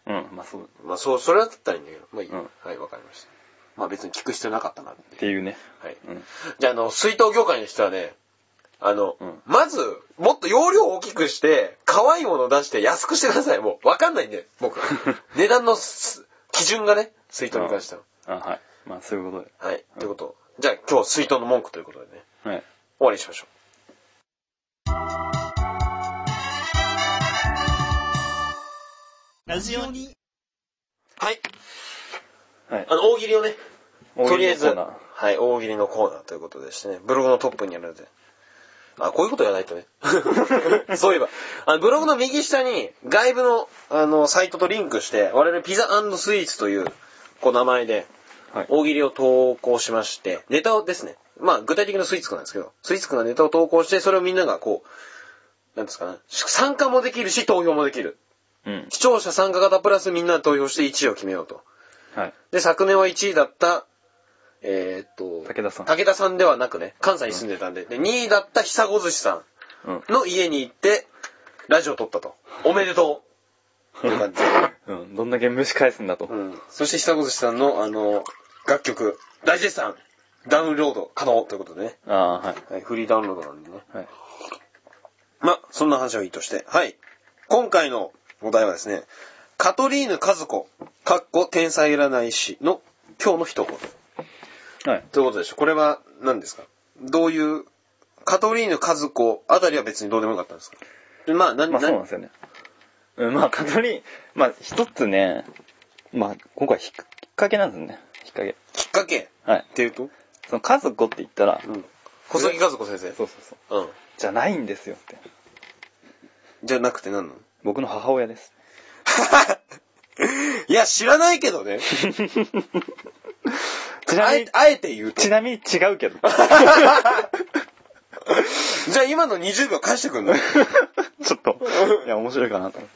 [SPEAKER 1] ら。うん、まあそう。っ
[SPEAKER 2] まあ、そう、それだったらいいんだけど。まあいい。
[SPEAKER 1] うん
[SPEAKER 2] はい、わかりました。まあ別に聞く必要なかったなって
[SPEAKER 1] ていうね。
[SPEAKER 2] はい。
[SPEAKER 1] うん。
[SPEAKER 2] じゃあ、あの、水筒業界の人はね、あの、
[SPEAKER 1] うん
[SPEAKER 2] まず、もっと容量を大きくして、可愛いものを出して安くしてください。もう、わかんないんで、僕。 <laughs> 値段のす基準がね、水筒に関しては。
[SPEAKER 1] あ、はい。まあそういうことで。
[SPEAKER 2] はい。ということ。じゃあ、今日水筒の文句ということでね、
[SPEAKER 1] はい。
[SPEAKER 2] 終わりにしましょ
[SPEAKER 3] ラジオに
[SPEAKER 2] う。はい。
[SPEAKER 1] はい
[SPEAKER 2] あ。の、大喜利をね、とりあえず、
[SPEAKER 1] 大喜利のコーナー
[SPEAKER 2] はい、大喜利のコーナーということでしてね、ブログのトップにあるので。あ、こういうことやらないとね。 <laughs> そういえば。あのブログの右下に外部の、あの、サイトとリンクして、我々ピザスイーツという、こう名前で、
[SPEAKER 1] はい。
[SPEAKER 2] 大喜利を投稿しまして、ネタをですね、まあ具体的なスイーツくんなんですけど、スイーツくんがネタを投稿して、それをみんながこう、なんですかね、参加もできるし、投票もできる。
[SPEAKER 1] うん。
[SPEAKER 2] 視聴者参加型プラスみんなで投票して1位を決めようと。
[SPEAKER 1] はい。
[SPEAKER 2] で、昨年は1位だった、えーっと、
[SPEAKER 1] 武田さん
[SPEAKER 2] 武田さんではなくね、関西に住んでたんで、で、2位だった久子寿司さ
[SPEAKER 1] うん。
[SPEAKER 2] んの家に行って、ラジオ撮ったと。おめでとうっていう感じ。
[SPEAKER 1] うん。どんだけ蒸し返すんだと。
[SPEAKER 2] うん。そして久子寿司さんの、あの、楽曲、大絶賛、ダウンロード可能ということでね。
[SPEAKER 1] ああ、はい。
[SPEAKER 2] はい、フリーダウンロードなんでね。
[SPEAKER 1] はい。
[SPEAKER 2] ま、そんな話はいいとして。はい。今回のお題はですね、カトリーヌ和子、かっこ天才占い師の今日の一言。
[SPEAKER 1] はい。
[SPEAKER 2] ということでしょ。これは何ですかどういう、カトリーヌ和子あたりは別にどうでもよかったんですかまあ、何、
[SPEAKER 1] まあそうなん
[SPEAKER 2] 何
[SPEAKER 1] ですよね。うん、まあ、かなり、まあ、一つね、まあ、今回引っ掛けなんですね。引っ掛け。
[SPEAKER 2] きっかけっ
[SPEAKER 1] はい。
[SPEAKER 2] ていうと
[SPEAKER 1] その、家族って言ったら、
[SPEAKER 2] うん。細木和子先生。
[SPEAKER 1] そうそうそう。
[SPEAKER 2] うん。
[SPEAKER 1] じゃないんですよって。
[SPEAKER 2] じゃなくて何なの
[SPEAKER 1] 僕の母親
[SPEAKER 2] <laughs>
[SPEAKER 1] です。
[SPEAKER 2] いや、知らないけどね。
[SPEAKER 1] ちな
[SPEAKER 2] あ
[SPEAKER 1] み
[SPEAKER 2] え
[SPEAKER 1] に、
[SPEAKER 2] あえて言うと。
[SPEAKER 1] ち
[SPEAKER 2] じ
[SPEAKER 1] なみに違う
[SPEAKER 2] <laughs>
[SPEAKER 1] けど。
[SPEAKER 2] ゃあ今の20秒返して
[SPEAKER 1] <laughs>
[SPEAKER 2] くんの
[SPEAKER 1] ちょっと、いや、面白いかなと思っ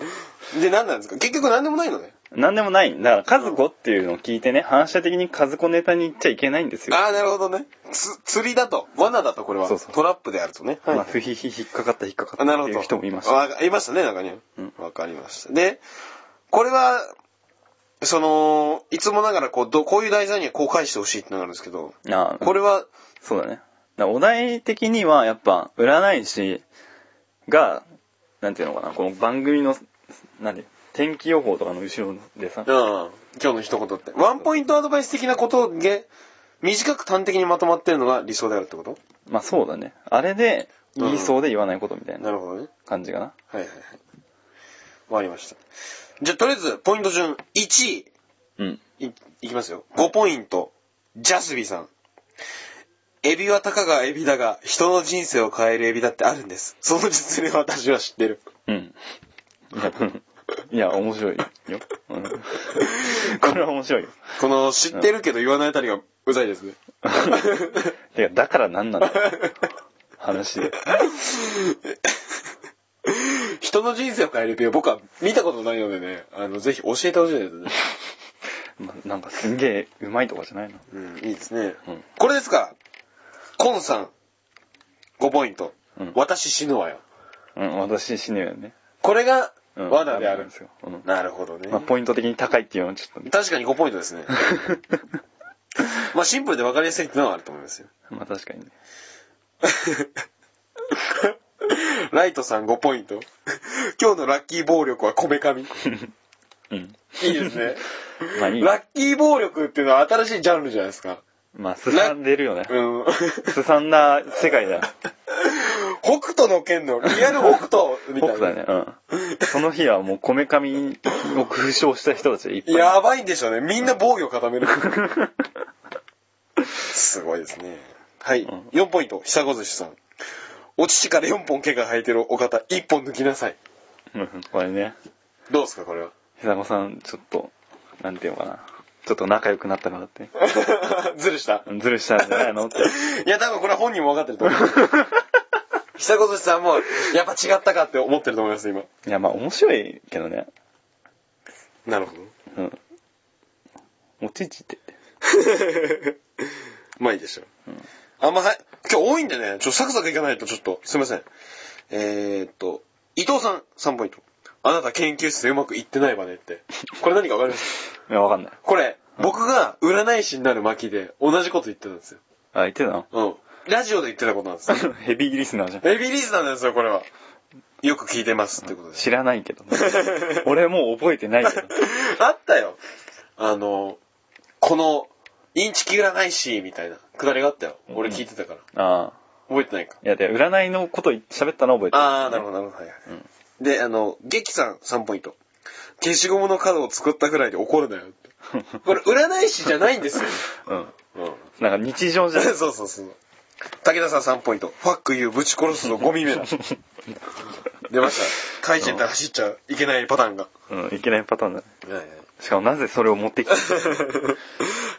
[SPEAKER 1] て。
[SPEAKER 2] で、何なんですか結局何でもないのね。
[SPEAKER 1] なんでもない。だから、和子っていうのを聞いてね、反射的に和子ネタに言っちゃいけないんですよ。
[SPEAKER 2] ああ、なるほどね。つ、釣りだと。罠だと、これは。
[SPEAKER 1] そうそう
[SPEAKER 2] トラップであるとね。
[SPEAKER 1] まあ、ふひひひ引っかかった引っかか
[SPEAKER 2] あ
[SPEAKER 1] っ
[SPEAKER 2] な
[SPEAKER 1] た
[SPEAKER 2] る
[SPEAKER 1] っ
[SPEAKER 2] ほ
[SPEAKER 1] て
[SPEAKER 2] ど。
[SPEAKER 1] いう人もいまし
[SPEAKER 2] わ
[SPEAKER 1] た。
[SPEAKER 2] かいましたね、中に。
[SPEAKER 1] うん
[SPEAKER 2] わかりました。で、これは、その、いつもながらこう、どこういう題材にはこう返してほしいってのがあるんですけど、
[SPEAKER 1] ああ
[SPEAKER 2] これは、
[SPEAKER 1] そうだね。だからお題的には、やっぱ、占い師が、なんていうのかな、この番組の、何天気予報とかの後ろでさ、
[SPEAKER 2] うん、今日の一言って。ワンポイントアドバイス的なことで、短く端的にまとまってるのが理想であるってこと
[SPEAKER 1] まあそうだね。あれで、
[SPEAKER 2] うん
[SPEAKER 1] 言いそうで言わないことみたい
[SPEAKER 2] な
[SPEAKER 1] な
[SPEAKER 2] るほどね。
[SPEAKER 1] 感じかな。
[SPEAKER 2] はいはいはい。わかりました。じゃあ、とりあえず、ポイント順、1位、
[SPEAKER 1] うん。
[SPEAKER 2] い、いきますよ。5ポイント。ジャスビーさん。エビはたかがエビだが、人の人生を変えるエビだってあるんです。その実例は私は知ってる。 <laughs>
[SPEAKER 1] うん。いや、うんいや面白いよ。うん
[SPEAKER 2] <laughs>
[SPEAKER 1] これは面白いよ。
[SPEAKER 2] この、知ってるけど言わないあたりがうざいですね。
[SPEAKER 1] <laughs> てか、だから何なんだよ話で。
[SPEAKER 2] 人の人生を変えるエビを僕は見たことないのでね、あの、ぜひ教えてほしいですね。
[SPEAKER 1] まあ、なんかすんげえうまいとかじゃないの。
[SPEAKER 2] うん、いいですね。
[SPEAKER 1] うん
[SPEAKER 2] これですかコンさん。5ポイント。
[SPEAKER 1] うん
[SPEAKER 2] 私死ぬわよ。
[SPEAKER 1] うん、私死ぬよね。
[SPEAKER 2] これが、
[SPEAKER 1] うん。
[SPEAKER 2] 罠である
[SPEAKER 1] んですよ。うん。
[SPEAKER 2] なるほどね。
[SPEAKER 1] まあ、ポイント的に高いっていうのはちょっとね。
[SPEAKER 2] 確かに5ポイント <laughs> ですね。まあシンプルで分かりやすいってのはあると思いますよ。
[SPEAKER 1] <laughs>
[SPEAKER 2] <laughs>
[SPEAKER 1] まあ確かにね。
[SPEAKER 2] ライトさん5ポイント。今日のラッキー暴力はこめかみ。い
[SPEAKER 1] うん。
[SPEAKER 2] いです <laughs> ね。
[SPEAKER 1] まあいい。
[SPEAKER 2] ラッキー暴力っていうのは新しいジャンルじゃないですか。
[SPEAKER 1] まあ、すさんでるよね。
[SPEAKER 2] うん。 <laughs>
[SPEAKER 1] すさんだ世界だよ。
[SPEAKER 2] 北斗の剣の、リアル北斗み
[SPEAKER 1] 僕
[SPEAKER 2] たいな。
[SPEAKER 1] だね。うん。その日はもう、こめかみを <laughs> 空傷した人たちがいっぱい。
[SPEAKER 2] やばいんでしょうね。みんな防御固める。すごいですね。はい。
[SPEAKER 1] ん
[SPEAKER 2] 4ポイント。久子寿司さん。お乳から4本毛が生えてるお方、1本抜きなさい。
[SPEAKER 1] <laughs> うんこれね、
[SPEAKER 2] どうですか、これ <laughs> は。
[SPEAKER 1] ひさこさん、ちょっと、なんていうのかな。ちょっと仲良くなったからって。
[SPEAKER 2] ズルした。
[SPEAKER 1] ズルしたんじゃない
[SPEAKER 2] <laughs>
[SPEAKER 1] のって。
[SPEAKER 2] いや、多分これは本人も分かってると思う。 <laughs> 久子寿司さんも、やっぱ違ったかって思ってると思います、今。
[SPEAKER 1] いや、まあ面白いけどね。
[SPEAKER 2] <laughs> なるほど。
[SPEAKER 1] うん。おちちって。
[SPEAKER 2] うまいですよ。
[SPEAKER 1] うん
[SPEAKER 2] あんまはい、今日多いんでね、ちょ、サクサクいかないとちょっと、すいません。えー、っと、伊藤さん、3ポイント。あなた研究室でうまくいってないわねって。これ何かわかります
[SPEAKER 1] いや、わかんない。
[SPEAKER 2] これ、僕が占い師になる巻で同じこと言ってたんですよ。
[SPEAKER 1] あ、言ってたの
[SPEAKER 2] うん。ラジオで言ってたことなんです <laughs> よ。
[SPEAKER 1] ヘビーリスナーじゃ
[SPEAKER 2] <laughs>
[SPEAKER 1] ん。
[SPEAKER 2] ヘビーリーズなんですよ、これは。よく聞いてますってことで。
[SPEAKER 1] 知らないけど。俺もう覚えてないけど。
[SPEAKER 2] <laughs> あったよ。あの、この、インチキ占い師みたいな、くだりがあったよ。俺聞いてたから。
[SPEAKER 1] ああ。
[SPEAKER 2] 覚えてないか。
[SPEAKER 1] いや、で、占いのこと喋ったの覚えてる。
[SPEAKER 2] あー、なるほど、なるほど。はいはい。
[SPEAKER 1] うん。
[SPEAKER 2] で、あの、劇さん3ポイント。消しゴムの角を作ったくらいで怒るなよって。これ、占い師じゃないんですよ。
[SPEAKER 1] <laughs> う
[SPEAKER 2] <laughs> う
[SPEAKER 1] ん。
[SPEAKER 2] ん。
[SPEAKER 1] なんか日常じゃん。
[SPEAKER 2] <laughs> そうそうそう。武田さん3ポイント。ファックユーぶち殺すのゴミ目だ。出ました。書いてたら走っちゃいけないパターンが。
[SPEAKER 1] <laughs> うん、いけないパターンだね。しかもなぜそれを持って
[SPEAKER 2] <laughs>
[SPEAKER 1] きた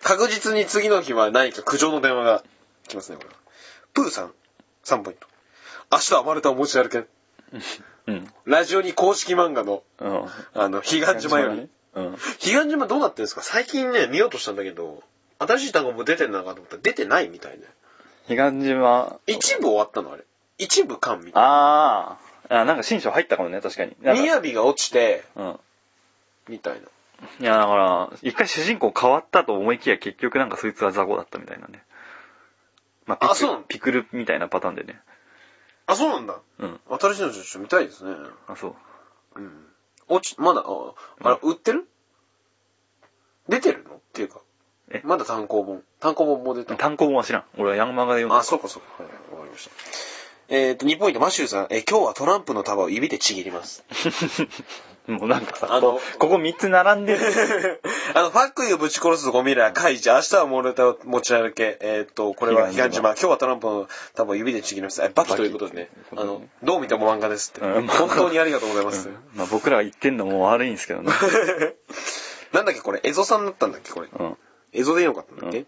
[SPEAKER 2] 確実に次の日は何か苦情の電話が来ますね、これは。プーさん3ポイント。明日は丸太を持ち歩けん。
[SPEAKER 1] うん。
[SPEAKER 2] ラジオに公式漫画の、
[SPEAKER 1] うん。
[SPEAKER 2] あの、彼岸島より。
[SPEAKER 1] うん。
[SPEAKER 2] 彼岸島どうなってるんですか最近ね、見ようとしたんだけど、新しい単語も出てんのかなと思ったら出てないみたいね。
[SPEAKER 1] 彼岸島。
[SPEAKER 2] 一部終わったのあれ。一部完みたい
[SPEAKER 1] あーあ。なんか新章入ったかもね、確かに。
[SPEAKER 2] な。
[SPEAKER 1] なんか
[SPEAKER 2] みやびが落ちて、
[SPEAKER 1] うん。
[SPEAKER 2] みたいな。
[SPEAKER 1] いや、だから、一回主人公変わったと思いきや結局なんかそいつは雑魚だったみたいなね。まあ、ピク
[SPEAKER 2] あそうなの
[SPEAKER 1] ピクルみたいなパターンでね。
[SPEAKER 2] あ、そうなんだ。
[SPEAKER 1] うん。
[SPEAKER 2] 新しいのちょっと見たいですね。
[SPEAKER 1] あ、そう。
[SPEAKER 2] うん。落ち、まだ、あ、あれ、売ってる出てるのっていうか
[SPEAKER 1] え。
[SPEAKER 2] まだ単行本。単行本も出た。
[SPEAKER 1] 単行本は知らん。俺はヤンマガで読んだ。
[SPEAKER 2] あ、そうかそうか。はい、わかりました。えっ、と、2ポイント、マシューさん。えー、今日はトランプの束を指でちぎり
[SPEAKER 1] <laughs>
[SPEAKER 2] ます。
[SPEAKER 1] もうなんかさ、
[SPEAKER 2] あの
[SPEAKER 1] こここ3つ並んでる。
[SPEAKER 2] あの、ファックユーぶち殺すゴミら、カイジ、明日はモルタを持ち歩け。えーっと、これは
[SPEAKER 1] 彼
[SPEAKER 2] 彼
[SPEAKER 1] 岸島
[SPEAKER 2] 岸島。今日はトランプの束を指でちぎります。えバキということでね。
[SPEAKER 1] バキ
[SPEAKER 2] あの、どう見ても漫画ですって。
[SPEAKER 1] うん
[SPEAKER 2] 本当にありがとうございます。
[SPEAKER 1] まあ僕らが言ってんのも悪いんですけどね。
[SPEAKER 2] <laughs> なんだっけこれ、エゾさんだったんだっけこれ。
[SPEAKER 1] うん。 <laughs>
[SPEAKER 2] エゾでよかったんだっけ、
[SPEAKER 1] うん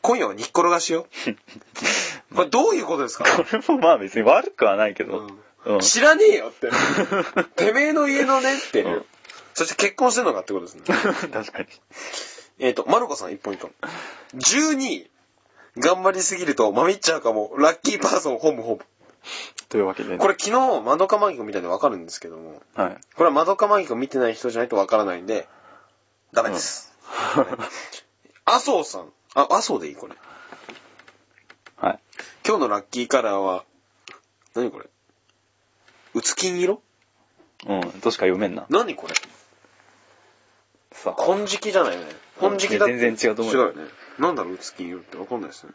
[SPEAKER 2] 今夜は煮っころがしよう。これどういうことですか、
[SPEAKER 1] これもまあ別に悪くはないけど。
[SPEAKER 2] う
[SPEAKER 1] うんん。
[SPEAKER 2] 知らねえよって。てめえの家のねって。
[SPEAKER 1] うん
[SPEAKER 2] そして結婚してんのかってことですね。
[SPEAKER 1] <laughs> 確かに。
[SPEAKER 2] えっ、と、マルコさん1ポイント。12位。頑張りすぎると、まみっちゃうかも。ラッキーパーソン、ホームホーム。
[SPEAKER 1] というわけで、ね。
[SPEAKER 2] これ昨日、まどかマギコ見たんでわかるんですけども、
[SPEAKER 1] れ。はい。
[SPEAKER 2] これはまどかマギコ見てない人じゃないとわからないんで、ダメです。麻生さん。あ、麻生でいいこれ。
[SPEAKER 1] はい。
[SPEAKER 2] 今日のラッキーカラーは、何これうつ金色
[SPEAKER 1] うん。としか読めんな。
[SPEAKER 2] 何これ
[SPEAKER 1] さあ。
[SPEAKER 2] 金色じゃないよね。金色だって。
[SPEAKER 1] うん全然違うと思う
[SPEAKER 2] 違う
[SPEAKER 1] よ
[SPEAKER 2] よね。なんだろう、うつ金色ってわかんないですね。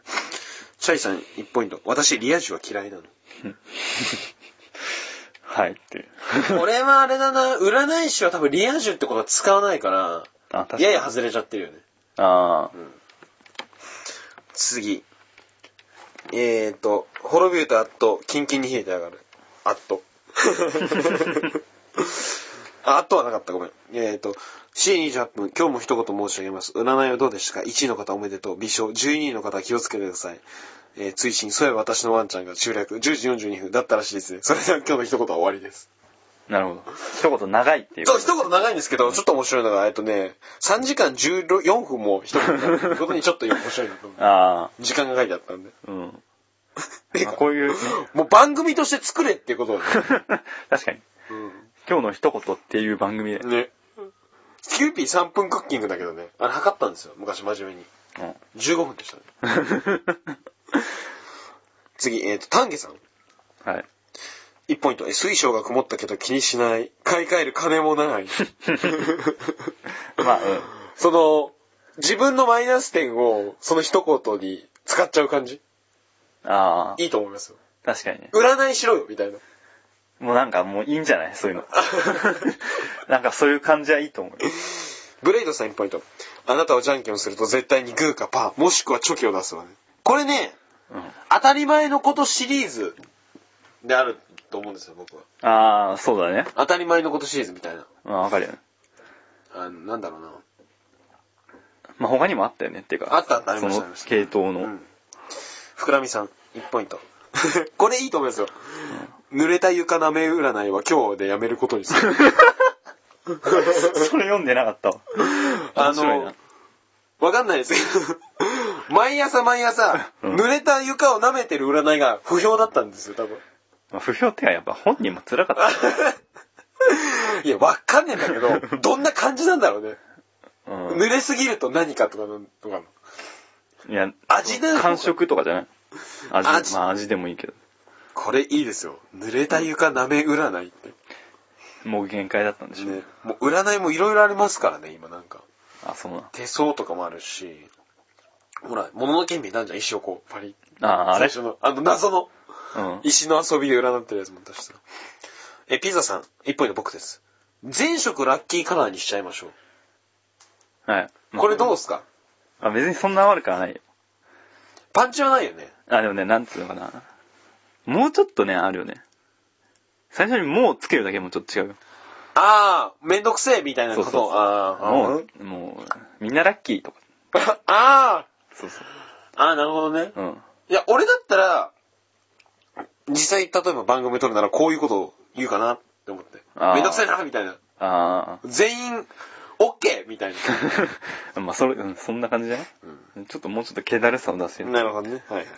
[SPEAKER 2] シャイさん1ポイント。私、リア充は嫌い
[SPEAKER 1] <laughs>
[SPEAKER 2] なの。
[SPEAKER 1] はい。っていう。
[SPEAKER 2] 俺はあれだな、占い師は多分リア充ってことは使わないから、
[SPEAKER 1] <laughs> あ、確かに。
[SPEAKER 2] やや外れちゃってるよね。
[SPEAKER 1] ああ。
[SPEAKER 2] 次。えーと、滅びるとあっと、キンキンに冷えて上がる。あっ
[SPEAKER 1] <laughs>
[SPEAKER 2] と。ああっとはなかった、ごめん。えーと、C28 分、今日も一言申し上げます。占いはどうでしたか ?1 位の方おめでとう。微笑。12位の方は気をつけてください。えー、追伸、そういえば私のワンちゃんが中略。10時42分だったらしいですね。それでは今日の一言は終わりです。
[SPEAKER 1] なるほど。一言長いっていう。
[SPEAKER 2] そう、一言長いんですけど、ちょっと面白いのが、えっとね、3時間14分も一言長いということにちょっと面白いなと思う
[SPEAKER 1] あ
[SPEAKER 2] 時間が書いてあったんで。
[SPEAKER 1] あ。うん。
[SPEAKER 2] ていう
[SPEAKER 1] まあ
[SPEAKER 2] か
[SPEAKER 1] こういうね、 <laughs>
[SPEAKER 2] <laughs> もう番組として作れっていうことだね。
[SPEAKER 1] 確かに。今日の一言っていう番組で。うん。
[SPEAKER 2] ね。キューピー3分クッキングだけどね。あれ測ったんですよ。昔真面目に。15分でしたね。次、えっ、と、丹下さん。
[SPEAKER 1] はい。
[SPEAKER 2] 1ポイント。え水晶が曇ったけど気にしない。買い替える金も
[SPEAKER 1] <laughs>
[SPEAKER 2] ない。
[SPEAKER 1] <laughs> まあ、
[SPEAKER 2] その、自分のマイナス点を、その一言に使っちゃう感じ。
[SPEAKER 1] うん。ああ。
[SPEAKER 2] いいと思いますよ。
[SPEAKER 1] 確かにね。
[SPEAKER 2] 占いしろよ、みたいな。
[SPEAKER 1] もうなんかもういいんじゃないそう
[SPEAKER 2] <laughs>
[SPEAKER 1] いうの。なんかそういう感じはいいと思う。
[SPEAKER 2] ブレイドさん1ポイント。あなたをじゃんけんをすると絶対にグーかパー、もしくはチョキを出すわね。これね、
[SPEAKER 1] うん、
[SPEAKER 2] 当たり前のことシリーズであると思うんですよ、僕は。
[SPEAKER 1] ああ、そうだね。
[SPEAKER 2] 当たり前のことシリーズみたいな。
[SPEAKER 1] まあわかるよね。
[SPEAKER 2] あの、なんだろうな。
[SPEAKER 1] まあ他にもあったよねっていうか。
[SPEAKER 2] あったあったあり
[SPEAKER 1] そ
[SPEAKER 2] ました
[SPEAKER 1] の
[SPEAKER 2] ありました
[SPEAKER 1] 系統の。
[SPEAKER 2] うん。ふくらみさん、1ポイント。 <laughs> これいいと思いますよ。濡れた床舐め占いは今日でやめることにす
[SPEAKER 1] <laughs>
[SPEAKER 2] る。
[SPEAKER 1] それ読んでなかったわ。
[SPEAKER 2] あ
[SPEAKER 1] 面白いな
[SPEAKER 2] の。わかんないですけど、毎朝毎朝、
[SPEAKER 1] うん
[SPEAKER 2] 濡れた床を舐めてる占いが不評だったんですよ、多分。
[SPEAKER 1] まあ不評ってのはやっぱ本人も辛かっ
[SPEAKER 2] <laughs> いや、わかんねえんだけ
[SPEAKER 1] <laughs>
[SPEAKER 2] ど、どんな感じなんだろうね。
[SPEAKER 1] た。うん
[SPEAKER 2] 濡れすぎると何かとかなんとかの。
[SPEAKER 1] いや、
[SPEAKER 2] 味なの
[SPEAKER 1] 感触とかじゃない味、
[SPEAKER 2] 味
[SPEAKER 1] まあ味でもいいけど。
[SPEAKER 2] これいいですよ。濡れた床舐め占いって。
[SPEAKER 1] もう限界だったんでしょ。
[SPEAKER 2] ね、もう占いもいろいろありますからね、今なんか。
[SPEAKER 1] あ、そうなん。
[SPEAKER 2] 手相とかもあるし、ほら、もののけ姫なんじゃん、石をこう、パリッ。
[SPEAKER 1] ああ、あれ
[SPEAKER 2] 最初の、あの謎の
[SPEAKER 1] うん。
[SPEAKER 2] 石の遊びで占ってるやつも出したら。え、ピザさん、一本で僕です。全色ラッキーカラーにしちゃいましょ
[SPEAKER 1] はい。
[SPEAKER 2] う。これどう
[SPEAKER 1] う
[SPEAKER 2] すか
[SPEAKER 1] あ、別にそんな悪くはないよ。
[SPEAKER 2] パンチはないよね。
[SPEAKER 1] あ、でもね、なんつうのかな。もうちょっとね、あるよね。最初にもうつけるだけでもちょっと違うよ。
[SPEAKER 2] あー、めんどくせえ、みたいなことを。
[SPEAKER 1] そうそうそう
[SPEAKER 2] あー、
[SPEAKER 1] もう、もう、みんなラッキーとか。
[SPEAKER 2] あー、あ
[SPEAKER 1] そうそう。
[SPEAKER 2] ー、あーなるほどね。
[SPEAKER 1] うん。
[SPEAKER 2] いや、俺だったら、実際、例えば番組撮るならこういうことを言うかなって思って。
[SPEAKER 1] あー
[SPEAKER 2] めんどくさいな、みたいな。
[SPEAKER 1] あ
[SPEAKER 2] 全員、オッケーみたい
[SPEAKER 1] <laughs>
[SPEAKER 2] な。
[SPEAKER 1] あ。 <laughs> まあ、それ、うん、そんな感じじゃない、ちょっともうちょっと気だるさを出せる。
[SPEAKER 2] なるほどね。はいはいはい。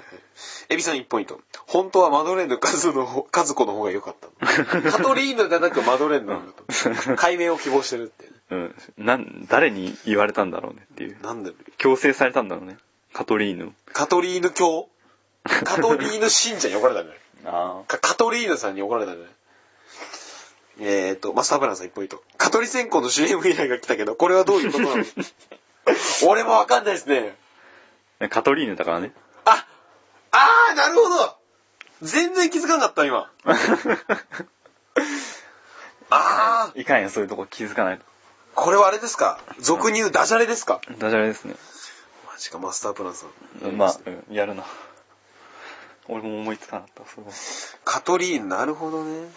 [SPEAKER 2] エビさん1ポイント。本当はマドレーヌカズの方、カズコの方が良かったの。カトリーヌじゃなくマドレーヌなんだ
[SPEAKER 1] う
[SPEAKER 2] と。
[SPEAKER 1] ん
[SPEAKER 2] 解明を希望してるっていうね。
[SPEAKER 1] うん。なん、誰に言われたんだろうねっていう。
[SPEAKER 2] なんだろ
[SPEAKER 1] 強制されたんだろうね。カトリーヌ。
[SPEAKER 2] うカトリーヌ教カトリーヌ信者に怒られたんじゃない
[SPEAKER 1] あ
[SPEAKER 2] かカトリーヌさんに怒られたんじゃないえーと、マスターブランさん1ポイント。カトリセンコの CM 依頼が来たけど、これはどういうこと <laughs> なの俺もわかんないですね。
[SPEAKER 1] あ。 <laughs> カトリーヌだからね。
[SPEAKER 2] ああー、なるほど全然気づかなかった、今。あー、
[SPEAKER 1] いかんよ、そういうとこ気づかないと。
[SPEAKER 2] これはあれですか俗に言うダジャレですか
[SPEAKER 1] ダジャレですね。
[SPEAKER 2] マジか、マスタープランさん。
[SPEAKER 1] まあ、うんやるな。俺も思いつかなかった、それは
[SPEAKER 2] カトリーヌ、なるほどね。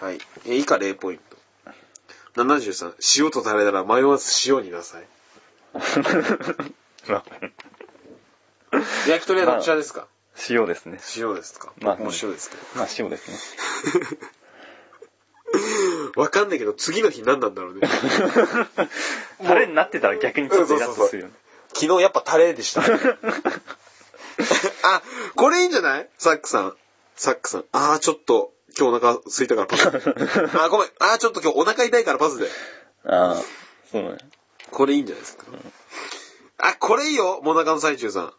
[SPEAKER 2] はい。え、以下0ポイント。73、塩とタレなら迷わず塩になさい。
[SPEAKER 1] <laughs> まあ、
[SPEAKER 2] 焼き鳥はどちらですか、
[SPEAKER 1] 塩ですね。
[SPEAKER 2] 塩ですか
[SPEAKER 1] まあ
[SPEAKER 2] 僕も塩ですけど。
[SPEAKER 1] まあ、塩ですね。
[SPEAKER 2] <laughs> わかんないけど、次の日何なんだろうね。
[SPEAKER 1] <laughs> タレになってたら逆にちょっとイラッとするよね。
[SPEAKER 2] 昨日やっぱタレでした。 <laughs> あ、これいいんじゃないサックさん。サックさん。あーちょっと、今日お腹空いたからパス。 <laughs> あーごめん。あーちょっと今日お腹痛いからパスで。
[SPEAKER 1] ああ、そうね。
[SPEAKER 2] これいいんじゃないですか。あ、これいいよモナカの最中さん。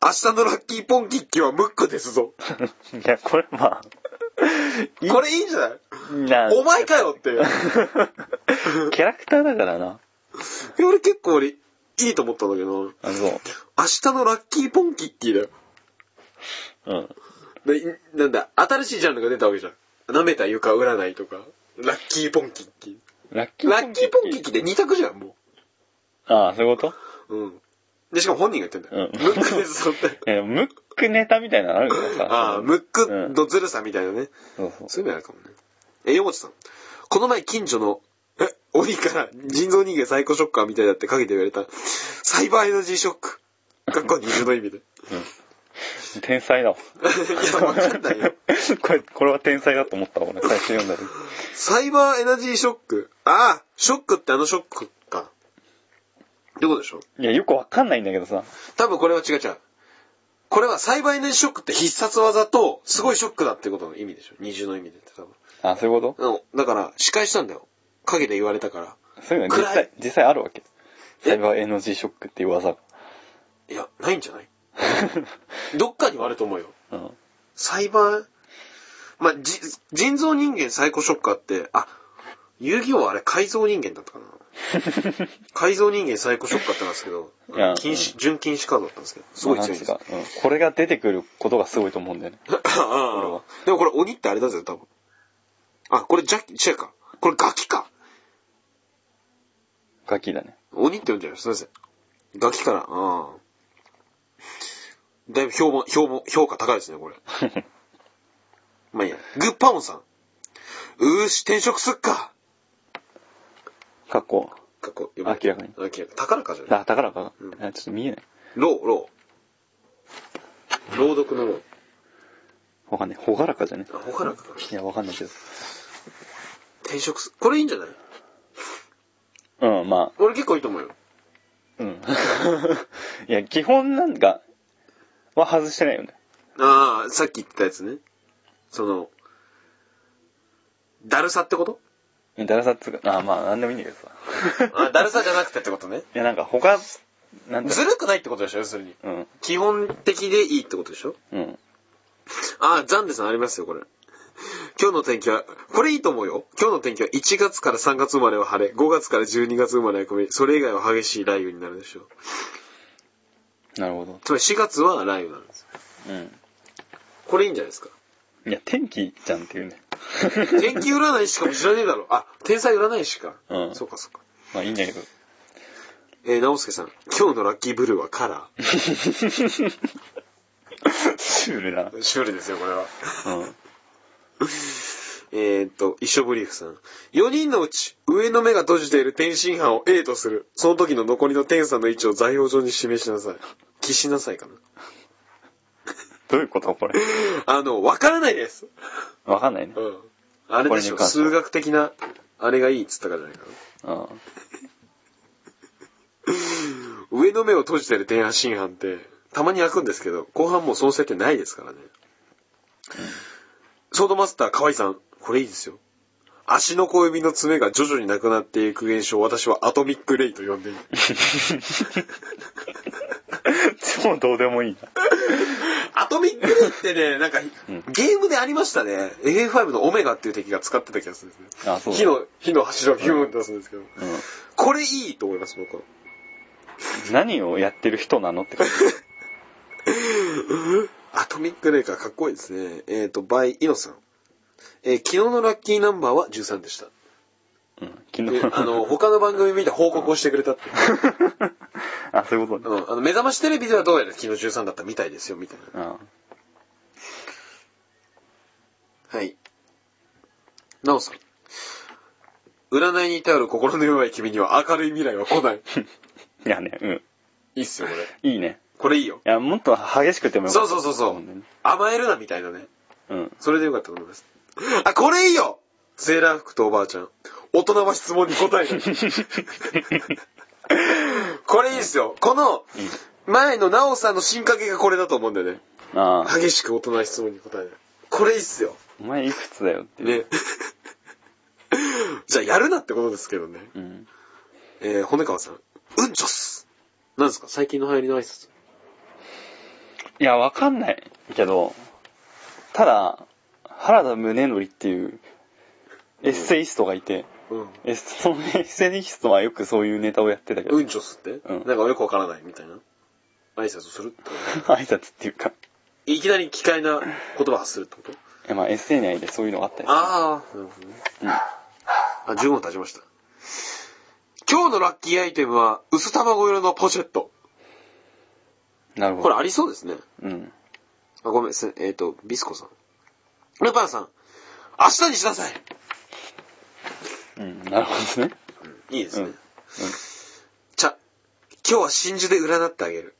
[SPEAKER 2] 明日のラッキーポンキッキーはムックですぞ。
[SPEAKER 1] <laughs> いや、これまあ、
[SPEAKER 2] これいいんじゃない
[SPEAKER 1] な
[SPEAKER 2] お前かよって。
[SPEAKER 1] <laughs> キャラクターだからな。
[SPEAKER 2] いや俺結構俺、いいと思ったんだけど、明
[SPEAKER 1] あ、そ
[SPEAKER 2] 日のラッキーポンキッキーだよ。
[SPEAKER 1] う。うん。
[SPEAKER 2] な、なんだ、新しいジャンルが出たわけじゃん。舐めた床占いとか、ラッキーポンキッキ
[SPEAKER 1] ラッキ
[SPEAKER 2] ー。
[SPEAKER 1] ー
[SPEAKER 2] ラッキーポンキッキーって2択じゃん、も
[SPEAKER 1] ああ、そういうこと
[SPEAKER 2] う。うん。で、しかも本人が言ってんだよ。
[SPEAKER 1] うん
[SPEAKER 2] ムックです、そんな。 <laughs>
[SPEAKER 1] え、ムックネタみたいなのあるからさ。
[SPEAKER 2] ああ、ムックのずるさみたいなね。
[SPEAKER 1] そうそう。
[SPEAKER 2] そういうのあるかもね。え、よもちさん。この前近所の、え、鬼から人造人間サイコショッカーみたいだって陰で言われた。サイバーエナジーショック。かっこ二重の意味で。い <laughs>
[SPEAKER 1] 天才だわ。
[SPEAKER 2] や、わかんないよ。
[SPEAKER 1] これ、これは天才だと思ったわ、俺。最初読んだ時。
[SPEAKER 2] サイバーエナジーショック。ああ、ショックってあのショックか。ってことでしょ
[SPEAKER 1] いや、よくわかんないんだけどさ。
[SPEAKER 2] 多分これは違う違う。これはサイバーエナジーショックって必殺技と、すごいショックだってことの意味でしょ二重の意味でって多分。
[SPEAKER 1] あ、そういうこ
[SPEAKER 2] あのだから、司会したんだよ。陰で言われたから。
[SPEAKER 1] とそういうの実
[SPEAKER 2] 暗い
[SPEAKER 1] 際、実際あるわけ。
[SPEAKER 2] え
[SPEAKER 1] サイバーエナジーショックっていう技が。 <laughs>
[SPEAKER 2] いや、ないんじゃないどっかにはあると思うよ。
[SPEAKER 1] うん。
[SPEAKER 2] サイバー、まあ、じ、人造人間サイコショッカーって、あ、遊戯王はあれ改造人間だったかな。改造人間サイコショッカーってなんですけど
[SPEAKER 1] いや、
[SPEAKER 2] 禁止、準禁止カードだったんですけど、すごい強いんです
[SPEAKER 1] まあ
[SPEAKER 2] よ
[SPEAKER 1] な。んつうかうんこれが出てくることがすごいと思うんだよね。れは
[SPEAKER 2] でもこれ鬼ってあれだぜ、多分。あ、これジャッキ、違うか。これガキか。
[SPEAKER 1] ガキだね。 <laughs>
[SPEAKER 2] 鬼って言うんじゃないすいません。ガキから、うん。だいぶ評も、評も、評価高いですね、これ。まあいいや。グッパオンさん。うーし、転職すっか。
[SPEAKER 1] かっこ。
[SPEAKER 2] かっこよ
[SPEAKER 1] 明らかに
[SPEAKER 2] 明らかに。高らかじゃない
[SPEAKER 1] あ、宝か。
[SPEAKER 2] うん
[SPEAKER 1] あちょっと見えない。
[SPEAKER 2] ロー、ロー。朗読のロー。
[SPEAKER 1] わかんない。ほがらかじゃね。
[SPEAKER 2] あ、ほからかか。
[SPEAKER 1] いや、わかんないけど。
[SPEAKER 2] 転職す。これいいんじゃない
[SPEAKER 1] うん、まあ、
[SPEAKER 2] 俺結構いいと思うよ。
[SPEAKER 1] うん。 <laughs> いや、基本なんか、は外してないよね。
[SPEAKER 2] ああ、さっき言ってたやつね。その、だるさってこと
[SPEAKER 1] いやだらさっつうか、あまあ、なんでもいいんだけどさ。
[SPEAKER 2] <laughs> あだるさじゃなくてってことね。
[SPEAKER 1] <laughs> いや、なんか他、なんだ
[SPEAKER 2] ずるくないってことでしょ、要するに。
[SPEAKER 1] うん、
[SPEAKER 2] 基本的でいいってことでしょ
[SPEAKER 1] うん。
[SPEAKER 2] ああ、ザンデさんありますよ、これ。今日の天気は、これいいと思うよ。今日の天気は1月から3月生まれは晴れ、5月から12月生まれは曇り、それ以外は激しい雷雨になるでしょう。
[SPEAKER 1] なるほど。
[SPEAKER 2] つまり4月は雷雨なんですよ。
[SPEAKER 1] う
[SPEAKER 2] これいいんじゃないですか。
[SPEAKER 1] ん。いや、天気じゃんっていうね。
[SPEAKER 2] 天気占い師かも知らねえだろ。あ、天才占い師か。
[SPEAKER 1] うん
[SPEAKER 2] そうかそうか。
[SPEAKER 1] <laughs> まあいいんだけど。 <laughs>
[SPEAKER 2] えー、直輔さん、今日のラッキーブルーはカラ
[SPEAKER 1] シュールな。
[SPEAKER 2] ー。シュールですよ、これは。
[SPEAKER 1] うん。
[SPEAKER 2] えーっと、一緒ブリーフさん。4人のうち、上の目が閉じている天津飯を A とする。その時の残りの天差の位置を座標上に示しなさい。記しなさいかな。
[SPEAKER 1] どういうことこれ。
[SPEAKER 2] あの、わからないです。
[SPEAKER 1] わかんないね
[SPEAKER 2] う。ん。あれでしょ、
[SPEAKER 1] これに関しては
[SPEAKER 2] 数学的な、あれがいいっつったからじゃないか
[SPEAKER 1] うん。
[SPEAKER 2] な。上の目を閉じている天津飯って、たまに開くんですけど、後半もうその設定ないですからね。ソードマスター、河合さん。これいいですよ。足の小指の爪が徐々になくなっていく現象を私はアトミックレイと呼んでいる。
[SPEAKER 1] 超どうでもいいな。
[SPEAKER 2] <laughs> アトミックレイってね、なんか、
[SPEAKER 1] ん
[SPEAKER 2] ゲームでありましたね。FF5 のオメガっていう敵が使ってた気がするんですね。
[SPEAKER 1] あそうだ
[SPEAKER 2] 火の、火の柱をビューンと出すんですけど。
[SPEAKER 1] う
[SPEAKER 2] これいいと思います、僕は。
[SPEAKER 1] ん。何をやってる人なのって感じ。
[SPEAKER 2] アトミックレイカーかっこいいですね。えっ、ー、と、バイ、イノさん。えー昨日のラッキーナンバーは13でした。
[SPEAKER 1] うん。昨 <laughs>
[SPEAKER 2] で
[SPEAKER 1] 日
[SPEAKER 2] あの、他の番組見て報告をしてくれた
[SPEAKER 1] <laughs>
[SPEAKER 2] って。
[SPEAKER 1] あ、そういうことね。
[SPEAKER 2] うん、あの、目覚ましテレビではどうやら昨日13だったみたいですよ、みたいな。
[SPEAKER 1] うん。 <laughs>
[SPEAKER 2] はい。なおさん。占いに頼る心の弱い君には明るい未来は来ない。
[SPEAKER 1] いやね、うん。
[SPEAKER 2] いいっすよ、これ。
[SPEAKER 1] いいね。
[SPEAKER 2] これいいよ。
[SPEAKER 1] いや、もっと激しくてもよか
[SPEAKER 2] そ
[SPEAKER 1] っ
[SPEAKER 2] うそうそう
[SPEAKER 1] た
[SPEAKER 2] そ
[SPEAKER 1] もんね。
[SPEAKER 2] う。甘えるな、みたいなね。
[SPEAKER 1] うん。
[SPEAKER 2] それでよかったと思います。あ、これいいよセーラー服とおばあちゃん。大人は質問に答 <laughs> えない。これいいっすよ。この、前のナオさんの進化系がこれだと思うんだよね。
[SPEAKER 1] ああ、
[SPEAKER 2] 激しく大人は質問に答えない。これいいっすよ。
[SPEAKER 1] お前いくつだよっていう。
[SPEAKER 2] ね。 <laughs> じゃあやるなってことですけどね。
[SPEAKER 1] うん。
[SPEAKER 2] えー、骨川さん。うんちょっすなんですか最近の流行りの挨拶。
[SPEAKER 1] いや、わかんないけど、ただ、原田宗則っていうエッセイストがいて、
[SPEAKER 2] うん。
[SPEAKER 1] えそのエッセイストはよくそういうネタをやってたけど、
[SPEAKER 2] う
[SPEAKER 1] 挨
[SPEAKER 2] んちょっすって、
[SPEAKER 1] うん
[SPEAKER 2] なんかよくわからないみたいな。挨拶をするってこと
[SPEAKER 1] 拶っていうか、
[SPEAKER 2] いきなり奇怪な言葉発するってこと
[SPEAKER 1] いやまあエッセイ内でそういうのがあったり
[SPEAKER 2] ああ、なるほどね。あ、15分経ちました。今日のラッキーアイテムは、薄卵色のポシェット。
[SPEAKER 1] なるほ
[SPEAKER 2] これ
[SPEAKER 1] ど。
[SPEAKER 2] ありそうですね。
[SPEAKER 1] うん。
[SPEAKER 2] あ、ごめん、すえっ、と、ビスコさん。ルパンさん、明日にしなさい
[SPEAKER 1] うん、なるほどね。
[SPEAKER 2] いいです
[SPEAKER 1] うん。う
[SPEAKER 2] ね
[SPEAKER 1] ん。
[SPEAKER 2] ちゃ、今日は真珠で占ってあげる。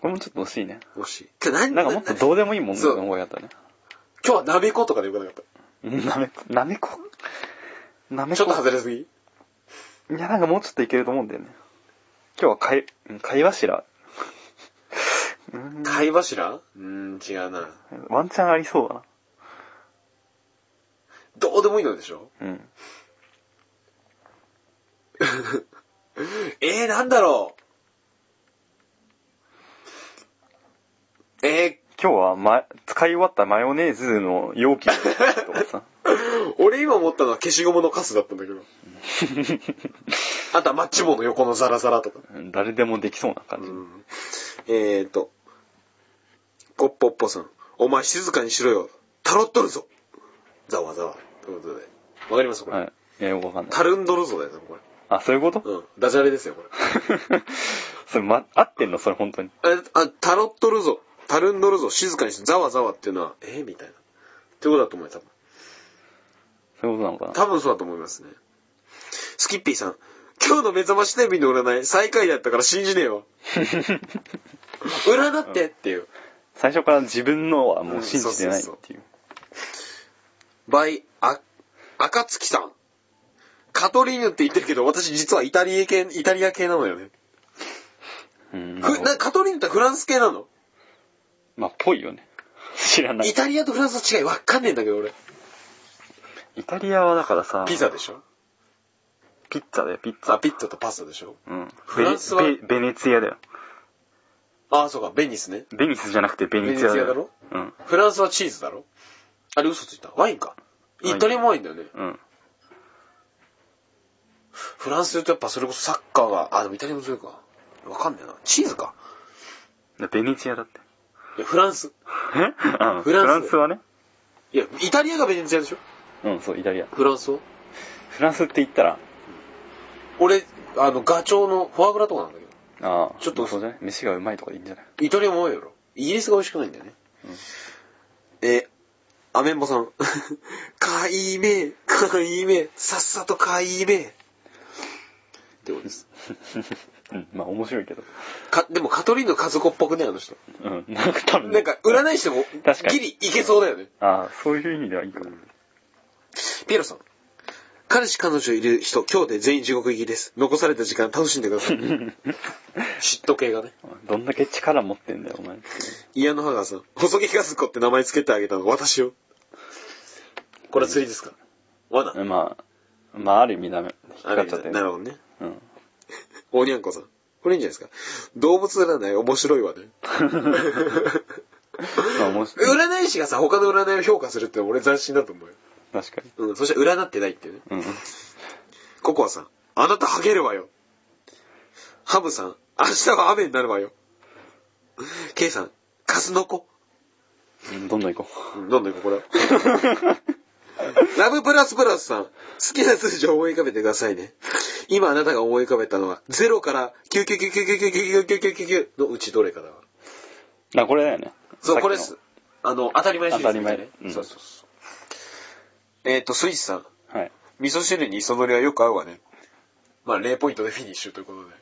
[SPEAKER 1] これもちょっと惜しいね。
[SPEAKER 2] もし。今日何
[SPEAKER 1] なんかもっと
[SPEAKER 2] なな
[SPEAKER 1] どうでもいいもんね
[SPEAKER 2] そう
[SPEAKER 1] の方がやったね。
[SPEAKER 2] 今日はなめことかでよくなかった。
[SPEAKER 1] うんなめこ、なめこなめこ
[SPEAKER 2] ちょっと外れすぎ
[SPEAKER 1] いや、なんかもうちょっといけると思うんだよね。今日は貝、うん貝柱。うん
[SPEAKER 2] 貝柱うーん、違うな。
[SPEAKER 1] ワンチャンありそうだな。
[SPEAKER 2] どうでもいいのでしょ <laughs>
[SPEAKER 1] うん。
[SPEAKER 2] えー、なんだろう。え
[SPEAKER 1] 今日は、ま、使い終わったマヨネーズの容
[SPEAKER 2] <laughs>
[SPEAKER 1] 器とかさ。
[SPEAKER 2] ー、俺今思ったのは消しゴムのカスだったんだけど。あとはマッチ棒の横のザラザラとか。
[SPEAKER 1] うん誰でもできそうな感じ。
[SPEAKER 2] えーと、ポッポッポさん、お前静かにしろよ。タロットルぞざわざわ。ということで。わかりますこれ。
[SPEAKER 1] はい。いや、よくわかんない。
[SPEAKER 2] タルンドルぞだよね、こ
[SPEAKER 1] あ、そういうこと、
[SPEAKER 2] れ。うん。ダジャレですよ、これ。
[SPEAKER 1] <laughs> それ、ま、合ってんのそれ、本当に。
[SPEAKER 2] えあ、タロットルぞ、タルンドルぞ、静かにして、ざわざわっていうのは、えみたいな。ってことだと思うよ、多分。
[SPEAKER 1] そういうことなのかな
[SPEAKER 2] 多分そうだと思いますね。スキッピーさん、今日の目覚ましテレビの占い、最下位だったから信じねえわ。占ってっていう。
[SPEAKER 1] <laughs> 最初から自分のはもう信じてないっていう。
[SPEAKER 2] バイ、あ、赤月さん。カトリーヌって言ってるけど、私実はイタリア系、イタリア系なのよね。
[SPEAKER 1] うん。
[SPEAKER 2] ふなカトリーヌってフランス系なの
[SPEAKER 1] まあ、ぽいよね。 <laughs> 知らない。
[SPEAKER 2] イタリアとフランスの違いわかんねえんだけど俺。
[SPEAKER 1] イタリアはだからさ、
[SPEAKER 2] ピザでしょ
[SPEAKER 1] ピッツァだよ、ピッツァ。
[SPEAKER 2] あ、ピットとパスタでしょ
[SPEAKER 1] うん。
[SPEAKER 2] フランスは
[SPEAKER 1] ベベベネツィアだよ。
[SPEAKER 2] ああ、そうか、ベニスね。
[SPEAKER 1] ベニスじゃなくてベネツィアだよ。
[SPEAKER 2] ベネツ
[SPEAKER 1] うん。
[SPEAKER 2] フランスはチーズだろあれ嘘ついた。ワインか。
[SPEAKER 1] ワイン
[SPEAKER 2] イタリアもワインだよね。
[SPEAKER 1] うん。
[SPEAKER 2] フランスとやっぱそれこそサッカーが、あ、でもイタリアもそうか。わかんねえな。チーズか。
[SPEAKER 1] でベネツィアだって。
[SPEAKER 2] いや、フランス。
[SPEAKER 1] えうんフラン
[SPEAKER 2] フ
[SPEAKER 1] ス
[SPEAKER 2] ランス
[SPEAKER 1] はね。
[SPEAKER 2] いや、イタリアがベネツィアでしょ
[SPEAKER 1] うん、そう、イタリア。
[SPEAKER 2] フランスを。
[SPEAKER 1] フランスって言ったら、
[SPEAKER 2] 俺、あの、ガチョウのフォアグラとかなんだけど。
[SPEAKER 1] ああ、
[SPEAKER 2] ちょっと
[SPEAKER 1] そうじゃない飯がうまいとかでいいんじゃない
[SPEAKER 2] イタリアも多いやろ。イギリスが美味しくないんだよね。えー、アメンボさん。 <laughs> かいめかいめさっさとかいめってことです。
[SPEAKER 1] うん、まあ面白いけど。
[SPEAKER 2] か、でもカトリーヌ家族っぽくね、あの人。
[SPEAKER 1] うん、なんか多分、
[SPEAKER 2] なんか、占い師でも
[SPEAKER 1] 確、かに
[SPEAKER 2] ギリいけそうだよね。
[SPEAKER 1] ああ、そういう意味ではいいかも。 <laughs>
[SPEAKER 2] ピエロさん。彼氏彼女いる人、今日で全員地獄行きです。残された時間楽しんでください。 <laughs> 嫉妬系がね。
[SPEAKER 1] どんだけ力持ってんだよ、お前。
[SPEAKER 2] イアノハガーさん。細木和子って名前つけてあげたの、私を。これは釣りですか罠。
[SPEAKER 1] まあ、まあ、ある意味ダメ。引っか
[SPEAKER 2] あ
[SPEAKER 1] か
[SPEAKER 2] る
[SPEAKER 1] っ
[SPEAKER 2] 意
[SPEAKER 1] ちゃっ
[SPEAKER 2] 味
[SPEAKER 1] て
[SPEAKER 2] だ
[SPEAKER 1] る。
[SPEAKER 2] なるほどね。
[SPEAKER 1] うん。
[SPEAKER 2] おにゃんこさん。これいいんじゃないですか。動物占い面白いわね。
[SPEAKER 1] <laughs>
[SPEAKER 2] <laughs>
[SPEAKER 1] まあ、面白い。
[SPEAKER 2] 占い師がさ、他の占いを評価するってのは俺斬新だと思うよ。
[SPEAKER 1] 確かに。
[SPEAKER 2] うん、そして占ってないっていうね。
[SPEAKER 1] うん。
[SPEAKER 2] ココアさん、あなたハゲるわよ。ハムさん、明日は雨になるわよ。ケイさん、カスノコ。
[SPEAKER 1] うんどんどん行こう。
[SPEAKER 2] う
[SPEAKER 1] <laughs>
[SPEAKER 2] ん、なんだよ、ここだ。ラブプラスプラスさん、好きな数字を思い浮かべてくださいね。今あなたが思い浮かべたのは、0から999999999のうちどれかだわ。
[SPEAKER 1] あ、これだよね。
[SPEAKER 2] そ
[SPEAKER 1] さ
[SPEAKER 2] う、
[SPEAKER 1] っきの
[SPEAKER 2] これです。。あの、当たり前シリーズみたいなね
[SPEAKER 1] 当たり前うん
[SPEAKER 2] そうそうそう。えっ、と、スイッチさん、
[SPEAKER 1] はい。
[SPEAKER 2] 味噌汁に磯鶏はよく合うわね。まあ、0ポイントでフィニッシュということで。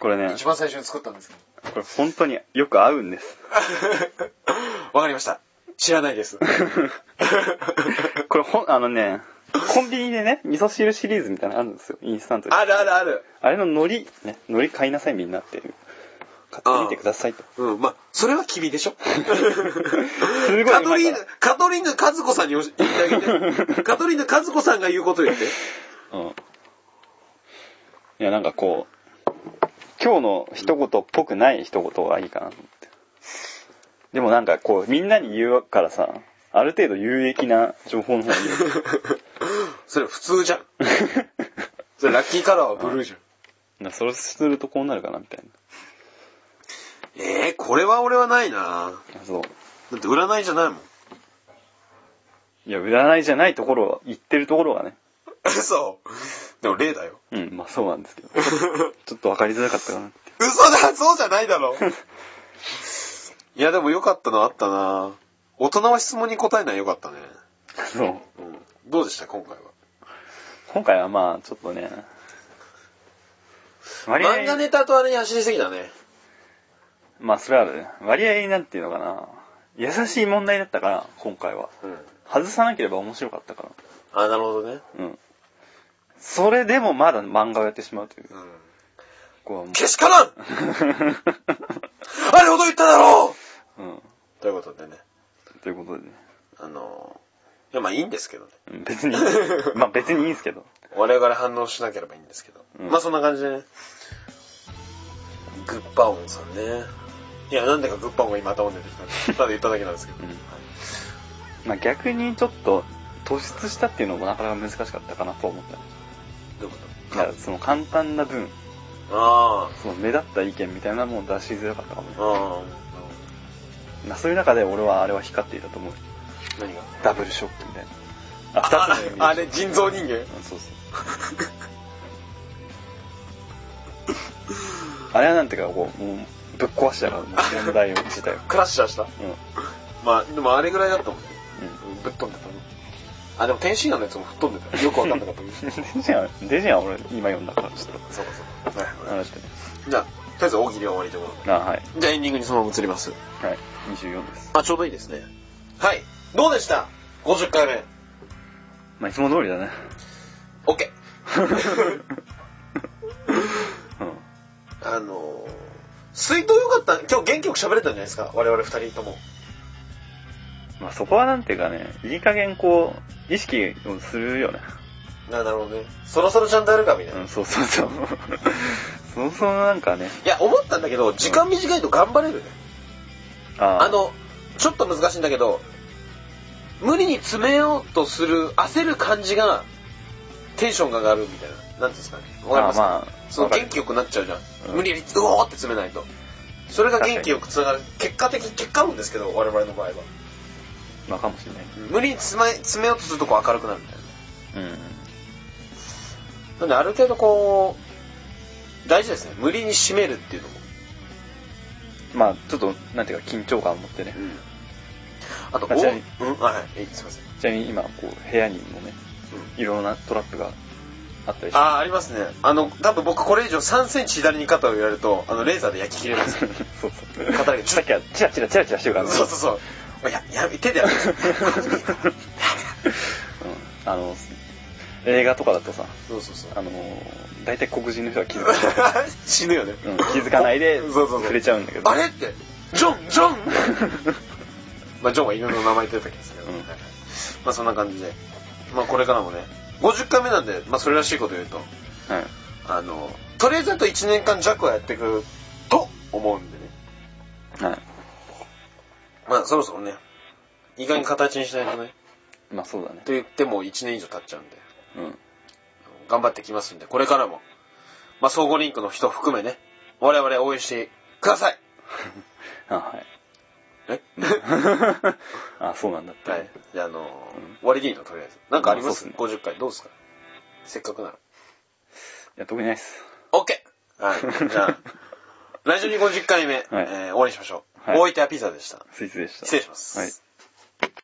[SPEAKER 1] これね、
[SPEAKER 2] 一番最初に作ったんですけど。
[SPEAKER 1] これ本当によく合う
[SPEAKER 2] <laughs>
[SPEAKER 1] んです。
[SPEAKER 2] わかりました。知らないです。
[SPEAKER 1] これほん、あのね、コンビニでね、味噌汁シリーズみたいなのあるんですよ。インスタントで。
[SPEAKER 2] あるあるある。
[SPEAKER 1] あれの海苔、ね、海苔買いなさいみんなっていう。買ってみてくださいと。
[SPEAKER 2] うん、まあ、それは君でしょ。
[SPEAKER 1] ごいうま
[SPEAKER 2] カ
[SPEAKER 1] いから
[SPEAKER 2] トリーヌ、カトリーヌ和子さんに教えてあげて。カトリーヌ和子さんが言うこと言って。
[SPEAKER 1] うん。いや、なんかこう、今日の一言っぽくない一言がいいかなと思って。でもなんかこう、みんなに言うからさ、ある程度有益な情報の方が
[SPEAKER 2] <laughs>
[SPEAKER 1] いいよ。
[SPEAKER 2] それ普通じゃん。それラッキーカラーはブルーじゃん。
[SPEAKER 1] なそれするとこうなるかなみたい
[SPEAKER 2] えー、これは俺はないな
[SPEAKER 1] な。そう。
[SPEAKER 2] だって占いじゃないもん。
[SPEAKER 1] いや、占いじゃないところ、言ってるところがね。
[SPEAKER 2] 嘘。でも例だよ。
[SPEAKER 1] うん、まあそうなんですけど。ちょっと分かりづらかったかなって。
[SPEAKER 2] 嘘だそうじゃないだろ <laughs> いやでも良かったのあったな大人は質問に答えない良かったね、
[SPEAKER 1] そ
[SPEAKER 2] う
[SPEAKER 1] う。
[SPEAKER 2] ん、どうでした今回は
[SPEAKER 1] 今回はまあ、ちょっとね。割合、
[SPEAKER 2] 漫画ネタとあれに走りすぎだね
[SPEAKER 1] まあそれはあるね。割合なんていうのかな。優しい問題だったから、今回は。
[SPEAKER 2] うん
[SPEAKER 1] 外さなければ面白かったか
[SPEAKER 2] あなるほどね、
[SPEAKER 1] ら。うん。それでもまだ漫画をやってしまうという。
[SPEAKER 2] うん、
[SPEAKER 1] こうはも
[SPEAKER 2] けしからんあれほど言っただろう
[SPEAKER 1] <laughs> う。うん。
[SPEAKER 2] ということでね
[SPEAKER 1] ということでね。
[SPEAKER 2] あのいやまあいいんですけどね
[SPEAKER 1] うん
[SPEAKER 2] <laughs>
[SPEAKER 1] 別に、まあ別にいいんですけど。
[SPEAKER 2] 我々反応しなければいいんですけど、
[SPEAKER 1] うん
[SPEAKER 2] まあそんな感じでねグッパオンさんねいやなんでかグッパオンが今頭に出てきたんでただ言っただけなんですけど、
[SPEAKER 1] うん
[SPEAKER 2] はい
[SPEAKER 1] まあ逆にちょっと突出したっていうのもなかなか難しかったかなと思った。
[SPEAKER 2] どういうこ
[SPEAKER 1] だからその簡単な分、
[SPEAKER 2] とあ
[SPEAKER 1] その目立った意見みたいなのも出しづらかったかもね
[SPEAKER 2] あ。ああ
[SPEAKER 1] まあそういう中で俺はあれは光っていたと思う。
[SPEAKER 2] 何が
[SPEAKER 1] ダブルショックみたいな。
[SPEAKER 2] あ
[SPEAKER 1] あ、二つの意味
[SPEAKER 2] あれ人造人間
[SPEAKER 1] うんそうそう。 <laughs> あれはなんていうか、こう、もうぶっ壊したから、もう問題を自体を。
[SPEAKER 2] クラッシャーした
[SPEAKER 1] うん。うん。
[SPEAKER 2] まあでもあれぐらいだったもんねうんぶっ飛んでたねあでも天津飯のやつも吹っ飛んでたよくわかんなかったそうか
[SPEAKER 1] デジャン、デジャンは俺今読んだから、ちょっ
[SPEAKER 2] <laughs> そうか
[SPEAKER 1] と
[SPEAKER 2] はい
[SPEAKER 1] 話してね。
[SPEAKER 2] じゃあとりあえず大喜利は終わりということ
[SPEAKER 1] あ、はい。
[SPEAKER 2] でじゃあエンディングにそのまま移ります
[SPEAKER 1] はい。24です。
[SPEAKER 2] あちょうどいいですねはいどうでした50回目
[SPEAKER 1] まあ、いつも通りだね。 <laughs>
[SPEAKER 2] OK
[SPEAKER 1] うん。
[SPEAKER 2] あのー水筒良かった、今日元気よく喋れたんじゃないですか我々二人とも。
[SPEAKER 1] まあそこはなんていうかね、いい加減こう、意識をするよね。
[SPEAKER 2] ななるほどね。そろそろちゃんとやるかみたいな。
[SPEAKER 1] うん、
[SPEAKER 2] い
[SPEAKER 1] そうそう <laughs> そう。そもそもなんかね、
[SPEAKER 2] や、思ったんだけど、時間短いと頑張れるね。
[SPEAKER 1] あー
[SPEAKER 2] あ、の、ちょっと難しいんだけど、無理に詰めようとする、焦る感じが、テンションが上がるみたいな。なんていうんですかね。わかりますか、
[SPEAKER 1] あまあ
[SPEAKER 2] その
[SPEAKER 1] わかる
[SPEAKER 2] 元気よくなっちゃうじゃん。
[SPEAKER 1] うん
[SPEAKER 2] 無理に、うおーって詰めないと。それが元気よくつながる。結果的に結果論ですけど、我々の場合は。
[SPEAKER 1] まあかもしれない。
[SPEAKER 2] 無理に詰め詰めようとするとこう明るくなるみたい
[SPEAKER 1] うん。
[SPEAKER 2] な。なんである程度こう、大事ですね。無理に締めるっていうのも。
[SPEAKER 1] まあちょっと、なんていうか緊張感を持ってね。
[SPEAKER 2] あと、お、
[SPEAKER 1] あちなみに
[SPEAKER 2] うん、はい、えすいません。
[SPEAKER 1] ちなみに今、こう、部屋にもね、いろんなトラップがあったりして。。
[SPEAKER 2] ああ、ありますね。あの、多分僕これ以上3センチ左に肩をやると、あの、レーザーで焼き切れます
[SPEAKER 1] <laughs> そうそう。
[SPEAKER 2] 語る
[SPEAKER 1] さっきはチラチラチラチラしてるからね
[SPEAKER 2] そうそうそう。おいや、やめ、手
[SPEAKER 1] <laughs>
[SPEAKER 2] でやる。
[SPEAKER 1] うんあの、映画とかだとさ、
[SPEAKER 2] そうそうそう。
[SPEAKER 1] あの、大体黒人の人は
[SPEAKER 2] <laughs>
[SPEAKER 1] 気づかない。
[SPEAKER 2] 死ぬよね。
[SPEAKER 1] うん、気づかないで、
[SPEAKER 2] そうそうそう
[SPEAKER 1] 触れちゃうんだけど。
[SPEAKER 2] あれって、ジョン、
[SPEAKER 1] <laughs>
[SPEAKER 2] ジョンまあ、ジョンは犬の名前出たけですけど、
[SPEAKER 1] うん
[SPEAKER 2] はいはいまあ、そんな感じで。まあ、これからもね、50回目なんで、まあ、それらしいこと言うと、
[SPEAKER 1] はい。
[SPEAKER 2] あの、とりあえずあと1年間弱はやっていくと思うんでね。
[SPEAKER 1] はい。
[SPEAKER 2] まあ、そろそろね、意外に形にしないとね、
[SPEAKER 1] まあそうだね。
[SPEAKER 2] と言っても1年以上経っちゃうんで、
[SPEAKER 1] うん。 <laughs>
[SPEAKER 2] 頑張ってきますんで、これからも、まあ、総合リンクの人含めね、我々応援してください
[SPEAKER 1] あ、はい。
[SPEAKER 2] え
[SPEAKER 1] あ、そうなんだっ
[SPEAKER 2] <laughs>
[SPEAKER 1] て。
[SPEAKER 2] はい。じゃあ、あのー
[SPEAKER 1] うん
[SPEAKER 2] 終わりでいいの、とりあえず。なんかありま
[SPEAKER 1] まあ
[SPEAKER 2] す
[SPEAKER 1] そうっすね
[SPEAKER 2] ?50 回。どうですかせっかくなら。
[SPEAKER 1] いや、特にないっす。
[SPEAKER 2] OK! はい。じゃあ、来週に50回目、えー終わりにしましょう。
[SPEAKER 1] はい
[SPEAKER 2] 大分ピザでした。
[SPEAKER 1] <laughs> スイスでした。
[SPEAKER 2] 失礼します。
[SPEAKER 1] はい。